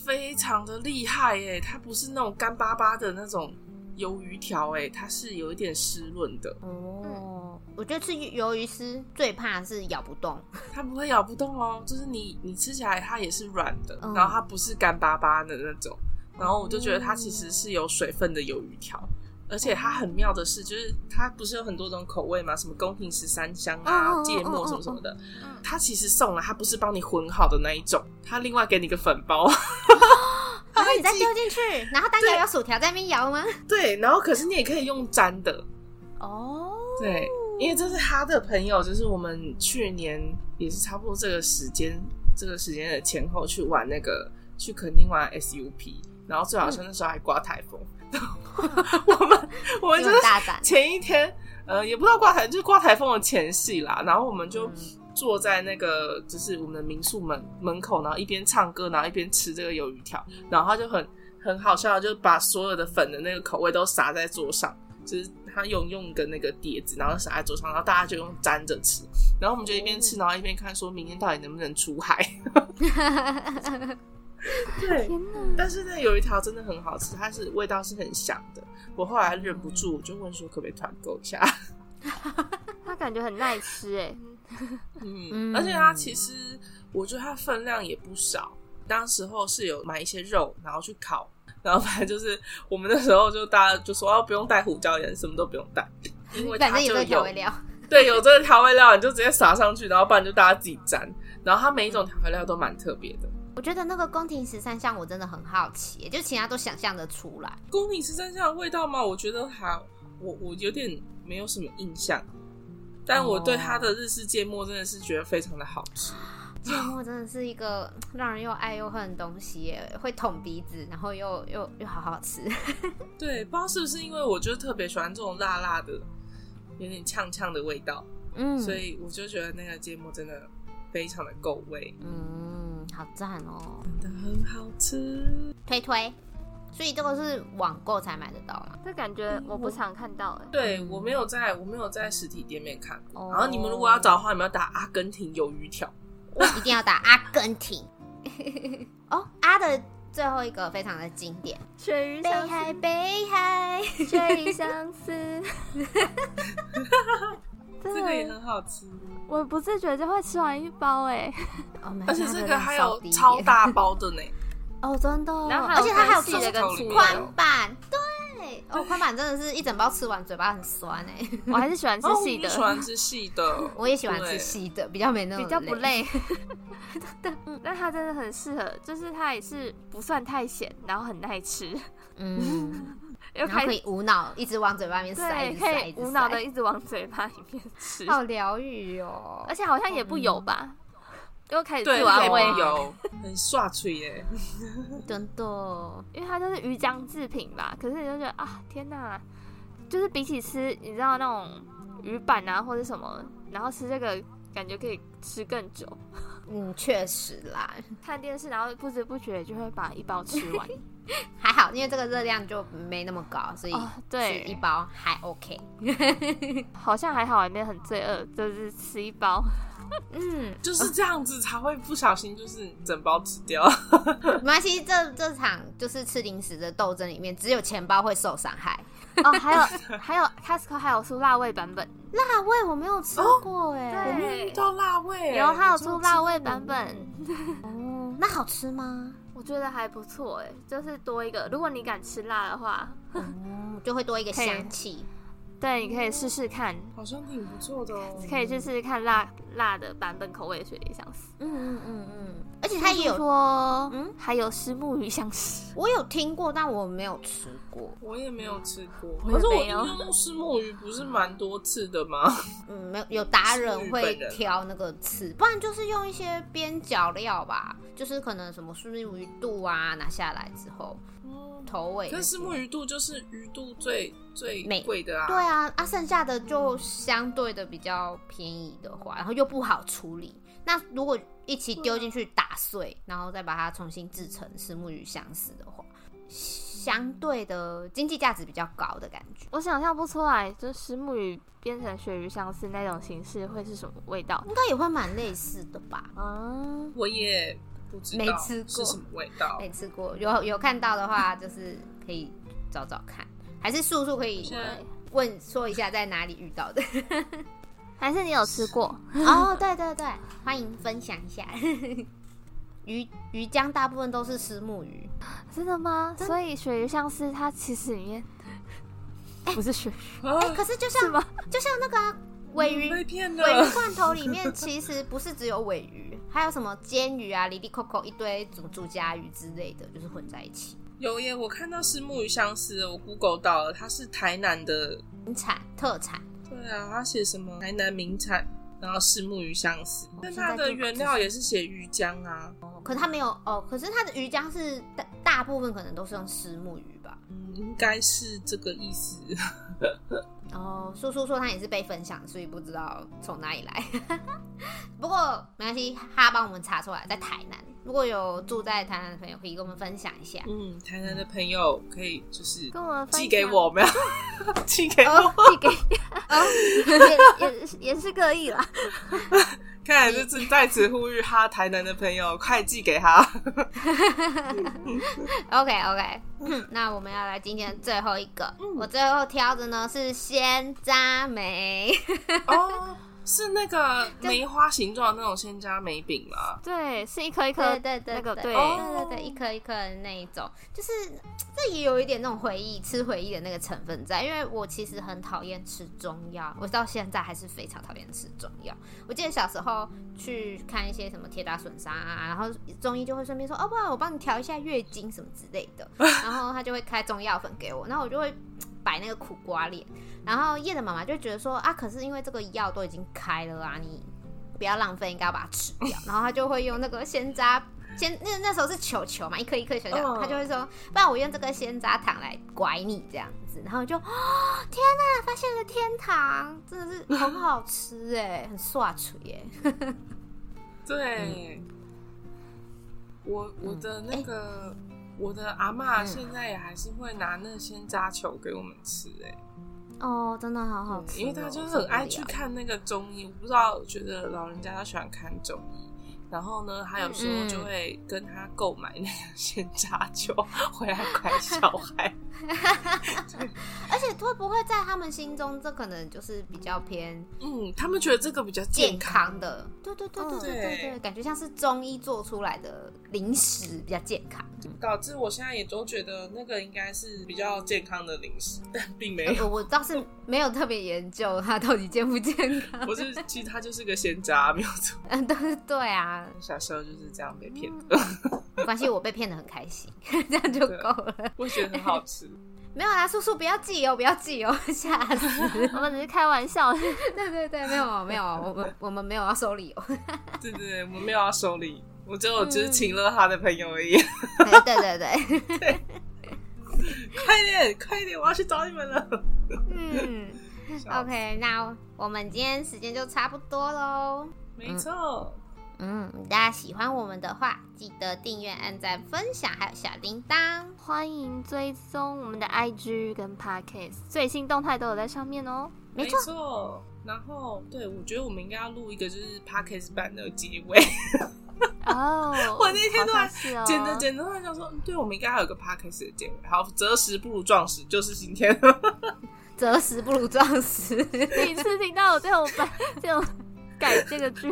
Speaker 2: 非常的厉害耶，它不是那种干巴巴的那种鱿鱼条，哎，它是有一点湿润的，
Speaker 1: 哦，我觉得吃鱿鱼丝最怕是咬不 动，
Speaker 2: 它不会咬不动哦，就是你你吃起来它也是软的，
Speaker 1: 嗯
Speaker 2: 然后它不是干巴巴的那种，然后我就觉得它其实是有水分的鱿鱼条，而且它很妙的是，就是它不是有很多种口味嘛，什么宫廷十三香
Speaker 1: 嗯嗯
Speaker 2: 啊、
Speaker 1: 嗯
Speaker 2: 芥
Speaker 1: 嗯
Speaker 2: 末
Speaker 1: 嗯
Speaker 2: 什么什么的，
Speaker 3: 嗯
Speaker 2: 它其实送了，它不是帮你混好的那一种，它另外给你一个粉包，
Speaker 1: 然 后你再
Speaker 2: 已
Speaker 1: 丢
Speaker 2: 经
Speaker 1: 进去，然后当摇摇薯条在那边摇吗？
Speaker 2: 哎对，然后可是你也可以用粘的，
Speaker 1: 哦，
Speaker 2: 对，因为这是他的朋友，就是我们去年也是差不多这个时间，这个时间的前后去玩那个去垦丁玩 SUP，然后最好像那时候还刮台风， 我们我们
Speaker 1: 你
Speaker 2: 就
Speaker 1: 很
Speaker 2: 是
Speaker 1: 大胆，
Speaker 2: 前一天，呃，也不知道刮台就是刮台风的前戏啦，然后我们就
Speaker 1: 嗯
Speaker 2: 坐在那个就是我们的民宿门门口，然后一边唱歌，然后一边吃这个鱿鱼条，然后他就很很好笑，就把所有的粉的那个口味都撒在桌上，就是他用用一个那个碟子，然后撒在桌上，然后大家就用沾着吃，然后我们就一边吃，然后一边看说明天到底能不能出海。 对，
Speaker 3: 天哪，
Speaker 2: 但是那鱿鱼条真的很好吃，它是味道是很香的。我后来忍不住，我就问说可不可以团购一下。
Speaker 3: 它感觉很耐吃哎。
Speaker 2: 嗯，
Speaker 1: 嗯
Speaker 2: 而且它其实我觉得它分量也不少，当时候是有买一些肉，然后去烤， 然后反正就是我们那时候就大家就说哦不用带胡椒盐，什么都不用带，因为它
Speaker 1: 嗯反正有
Speaker 2: 就
Speaker 1: 这个调
Speaker 2: 有
Speaker 1: 味料，
Speaker 2: 对有这个调味料，你就直接撒上去，然后不然就大家自己沾。然后它每一种调味料都蛮特别的。
Speaker 1: 我觉得那个宫廷十三香我真的很好奇，就其他都想象得出来。
Speaker 2: 宫廷十三香的味道吗？我觉得还我我有点没有什么印象，但我对它的日式芥末真的是觉得非常的好吃。
Speaker 1: 芥末真的是一个让人又爱又恨的东西耶，会捅鼻子，然后又又又好好吃。
Speaker 2: 对，不知道是不是因为我就特别喜欢这种辣辣的、有点呛呛的味道，
Speaker 1: 嗯
Speaker 2: 所以我就觉得那个芥末真的非常的够味，
Speaker 1: 嗯，好赞哦，
Speaker 2: 真的很好吃。
Speaker 1: 推推。所以这个是网购才买得到吗？
Speaker 3: 这感觉我不常看到哎。
Speaker 2: 对我没有在我没有在实体店面看过，
Speaker 1: 哦
Speaker 2: 然后你们如果要找的话，你们要打阿根廷鱿鱼条。
Speaker 1: 我一定要打阿根廷。 哦，阿的最后一个非常的经 典，
Speaker 3: 鳕鱼
Speaker 1: 北
Speaker 3: 相
Speaker 1: 海
Speaker 3: 思，
Speaker 1: 北海。
Speaker 3: 鳕鱼 相思。
Speaker 2: 这个也
Speaker 3: 对，
Speaker 2: 很好吃，
Speaker 3: 我不自觉就会吃完一包哎，
Speaker 1: 哦，买
Speaker 2: 而且
Speaker 1: 下
Speaker 2: 这
Speaker 1: 的
Speaker 2: 个
Speaker 1: 量
Speaker 2: 还
Speaker 1: 稍
Speaker 2: 有
Speaker 1: 低一
Speaker 2: 超
Speaker 1: 点
Speaker 2: 大包的呢，
Speaker 1: 哦，真的，
Speaker 3: 然后还有
Speaker 1: 而且它还有
Speaker 3: 分细的
Speaker 1: 宽
Speaker 3: 跟粗
Speaker 1: 宽
Speaker 3: 的。
Speaker 1: 板，对，哦，宽板真的是一整包吃完嘴巴很酸哎、，
Speaker 3: 我还是喜欢吃
Speaker 2: 然哦后我
Speaker 3: 细
Speaker 2: 就
Speaker 3: 的，
Speaker 2: 喜欢吃细的
Speaker 1: 我也喜欢吃
Speaker 2: 对。
Speaker 1: 细的，比较没那么
Speaker 3: 比较不
Speaker 1: 累。
Speaker 3: 累。嗯，但它真的很适合，就是它也是不算太咸，然后很耐 吃，
Speaker 1: 嗯，
Speaker 3: 又
Speaker 1: 然后
Speaker 3: 开
Speaker 1: 可以无脑一直往嘴巴里面塞，一
Speaker 3: 对，
Speaker 1: 直
Speaker 3: 可
Speaker 1: 塞，一
Speaker 3: 以
Speaker 1: 直
Speaker 3: 无
Speaker 1: 塞
Speaker 3: 脑的，一直往嘴巴里面吃，
Speaker 1: 好疗愈哦。
Speaker 3: 而且好像也不油吧，又开始
Speaker 2: 对，
Speaker 3: 自我安慰，
Speaker 1: 不油
Speaker 2: 有很刷脆耶，
Speaker 1: 真的，
Speaker 3: 因为它就是鱼浆制品吧。可是你就觉得啊，天哪，就是比起吃你知道那种鱼板啊或者什么，然后吃这个感觉可以吃更久。
Speaker 1: 嗯，确实啦，
Speaker 3: 看电视，然后不知不觉就会把一包吃完。
Speaker 1: 还好，因为这个热量就没那么高，所以
Speaker 3: 哦，
Speaker 1: 吃一
Speaker 3: 对，
Speaker 1: 包还 OK。
Speaker 3: 好像还好，也没有很罪恶，就是吃一包。
Speaker 1: 嗯，
Speaker 2: 就是这样子才会不小心就是整包吃掉。
Speaker 1: 没关系，这这场就是吃零食的斗争里面，只有钱包会受伤害。
Speaker 3: 哦，还有还有 Costco 还有出辣味版本，
Speaker 1: 辣味啊我没有吃过哎、
Speaker 2: 我没有遇到辣味，
Speaker 3: 有还有
Speaker 2: 我只
Speaker 3: 出辣味版本，
Speaker 1: 哦，那好吃吗？
Speaker 3: 我觉得还不错哎，就是多一个，如果你敢吃辣的话，
Speaker 1: 嗯，就会多一个香气。
Speaker 3: 对，你可以试试看，
Speaker 2: 好像挺不错的哦。
Speaker 3: 嗯可以去试试看辣辣的版本口味的雪梨相思。
Speaker 1: 嗯嗯嗯嗯，而且它它
Speaker 3: 听
Speaker 1: 有
Speaker 3: 说，
Speaker 1: 嗯
Speaker 3: 嗯，还有石木鱼香食，
Speaker 1: 我有听过，但我没有吃过。
Speaker 2: 我也没有吃过，
Speaker 3: 我也
Speaker 2: 可是我
Speaker 3: 没
Speaker 2: 印
Speaker 3: 有
Speaker 2: 象中石墨鱼不是蛮多次的吗？
Speaker 1: 嗯，没有有达
Speaker 2: 是
Speaker 1: 人
Speaker 2: 日
Speaker 1: 会
Speaker 2: 本人
Speaker 1: 挑那个刺，不然就是用一些边角料吧，就是可能什么是鱼肚啊拿下来之后头尾那些。
Speaker 2: 可是石墨鱼肚就是鱼肚最最
Speaker 1: 美
Speaker 2: 贵的啊，
Speaker 1: 对啊，啊，剩下的就相对的比较便宜的话，然后又不好处理。那如果一起丢进去打碎，然后再把它重新制成石目鱼相似的话，相对的经济价值比较高的感觉。
Speaker 3: 我想象不出来，就石木鱼变成鳕鱼香丝那种形式会是什么味道。
Speaker 1: 应该也会蛮类似的吧？
Speaker 3: 嗯，
Speaker 2: 我也不知道
Speaker 1: 没吃过
Speaker 2: 是什么味道。
Speaker 1: 没哎吃过，有有看到的话，就是可以找找看，还是素素可以
Speaker 2: 现在
Speaker 3: 对，
Speaker 1: 问说一下在哪里遇到的。
Speaker 3: 还是你有吃过？
Speaker 1: 哦，对对对，欢迎分享一下。 鱼鱼浆大部分都是石目鱼，
Speaker 3: 真的吗？ 所以鳕鱼香丝它其实里 面不是鳕鱼，
Speaker 2: 啊
Speaker 1: 哎、可是就像
Speaker 3: 是吗？
Speaker 1: 就像那个啊尾
Speaker 2: 你
Speaker 1: 鱼，
Speaker 2: 被骗
Speaker 1: 尾
Speaker 2: 了
Speaker 1: 鱼，罐头里面其实不是只有尾鱼，还有什么煎鱼啊、里里扣扣一堆煮煮家鱼之类的，就是混在一起。
Speaker 2: 有耶！我看到石墨鱼相思，我 Google 到了，它是台南的。
Speaker 1: 名产特产，
Speaker 2: 对啊，它写什么台南名产，然后石墨鱼相思，但
Speaker 1: 现在
Speaker 2: 它的
Speaker 1: 就
Speaker 2: 原料也是写鱼浆啊。
Speaker 1: 哦可是它没有哦，可是它的鱼浆是大大部分可能都是用石目鱼吧。
Speaker 2: 嗯，应该是这个意思。
Speaker 1: 哦，叔叔说他也是被分享，所以不知道从哪里来。 不过没关系，他帮我们查出来在台南。如果有住在台南的朋友，可以跟我们分享一下。
Speaker 2: 嗯，台南的朋友可以就是
Speaker 3: 跟我们分
Speaker 2: 寄给
Speaker 3: 享
Speaker 2: 我们， 寄给我，
Speaker 1: 哦，寄给 哦，
Speaker 3: 也也也是可以啦。
Speaker 2: 看来就是在此呼吁哈台南的朋友，快寄给他。
Speaker 1: OK OK，那嗯我们要来今天的最后一个，我最后挑的呢是鲜渣梅，
Speaker 2: 哦，是那 个梅花形状的那种鲜渣梅饼吗？
Speaker 3: 对，是一颗一颗
Speaker 1: 对对对，
Speaker 3: 那个
Speaker 1: 对
Speaker 3: 对哦
Speaker 1: 对对对，一颗一颗的那一种，就是这也有一点那种回忆吃回忆的那个成分在，因为我其实很讨厌吃中药，我到现在还是非常讨厌吃中药。我记得小时候去看一些什么铁打损伤啊，然后中医就会顺便说，哦，不然我帮你调一下月经什么之类的， 然后他就会开中药粉给我，然后我就会。摆那个苦瓜脸，然后叶的妈妈就觉得说啊，可是因为这个药都已经开了啊，你不要浪费，应该要把它吃掉。然后他就会用那个鲜渣，鲜那那时候是球球嘛，一颗一颗球球，
Speaker 2: 嗯
Speaker 1: 他就会说，不然我用这个鲜渣糖来拐你这样子。然后我就，哦、 天哪、发现了天堂，真的是很好吃哎，很刷嘴欸耶。
Speaker 2: 对，嗯我我的那个、我的阿嬷现在也还是会拿那鲜渣球给我们吃、欸，
Speaker 1: 哦，真的好好吃哦、
Speaker 2: 嗯因为他就是很爱去
Speaker 1: 受不了
Speaker 2: 看那个中医，我不知道，觉得老人家他喜欢看中医。然后呢，他有时候
Speaker 1: 嗯
Speaker 2: 就会跟他购买那个鲜榨酒 回来拐小孩。
Speaker 1: 而且会不会在他们心中，这可能就是比较偏
Speaker 2: 嗯，他们觉得这个比较
Speaker 1: 健
Speaker 2: 健康。
Speaker 1: 康的，对对对对
Speaker 3: 嗯
Speaker 1: 对对对，感觉像是中医做出来的零食比较健康。
Speaker 2: 导致我现在也都觉得那个应该是比较健康的零食， 但并没 有。
Speaker 1: 呃我我倒是没有特别研究它到底健不健康。
Speaker 2: 我是其实它就是个鲜渣，没有错。
Speaker 1: 嗯，但是 对啊，
Speaker 2: 小时候就是这样被骗
Speaker 1: 嗯
Speaker 2: 的，
Speaker 1: 没关系，我被骗的很开心， 这样就够了。
Speaker 2: 我觉得很好吃。
Speaker 1: 没有啦，叔叔不要记哦，不要记哦， 吓死！
Speaker 3: 我们只是开玩 笑，
Speaker 1: 对对对，没有没有，我们我们没有要收礼 哦。
Speaker 2: 对对对，我们没有要收礼，我只有
Speaker 1: 嗯
Speaker 2: 只是请了他的朋友而已。
Speaker 1: 对对对，
Speaker 2: 快点，快点，我要去找你们了。
Speaker 1: 嗯，OK，那我们今天时间就差不多喽。
Speaker 2: 没错，
Speaker 1: 嗯，大家喜欢我们的话，记得订阅、按赞、分享，还有小铃铛。
Speaker 3: 欢迎追踪我们的 IG 跟 Podcast，最新动态都有在上面哦。
Speaker 1: 没
Speaker 2: 没错。然后，对我觉得我们应该要录一个就是 podcast 版的结尾。
Speaker 3: 哦，
Speaker 2: 我那天突然
Speaker 3: 好像是
Speaker 1: 啊
Speaker 3: 哦，
Speaker 2: 简直简直突然想说，嗯对，我们应该要有个 podcast 的结尾。好，择时不如撞时，就是 今天。
Speaker 1: 择时不如撞 时。
Speaker 3: 第一次听到有这种版这种改这个剧，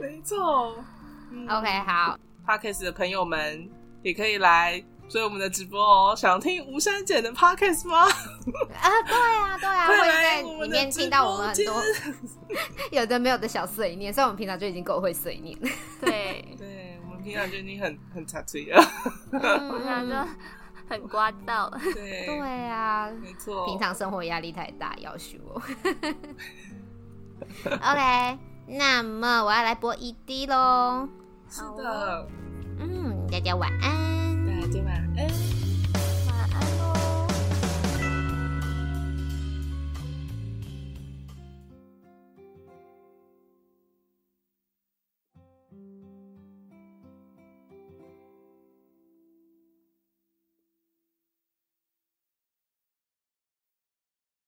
Speaker 2: 没错。嗯
Speaker 1: OK，好，
Speaker 2: podcast 的朋友们也可以来追我们的直播哦。想听吴珊姐的 podcast 吗？
Speaker 1: 啊，对啊，对啊，
Speaker 2: 快
Speaker 1: 会
Speaker 2: 来
Speaker 1: 在
Speaker 2: 我
Speaker 1: 里
Speaker 2: 们的
Speaker 1: 面
Speaker 2: 直
Speaker 1: 听到我
Speaker 2: 播
Speaker 1: 们很多
Speaker 2: 间
Speaker 1: 有的没有的小碎念，虽然我们平常就已经够会碎念。
Speaker 3: 对，
Speaker 2: 对，我们平平常就已经很很差劲 了。
Speaker 1: 嗯
Speaker 3: 我想就很聒噪。
Speaker 2: 对，
Speaker 1: 对啊，
Speaker 2: 没错。
Speaker 1: 平常生活压力太大，要求 我。OK，那么我要来播 ED 喽。
Speaker 2: 是
Speaker 1: 哦
Speaker 2: 的，
Speaker 1: 嗯，大家晚安。
Speaker 2: 大家晚安。
Speaker 3: 晚安哦。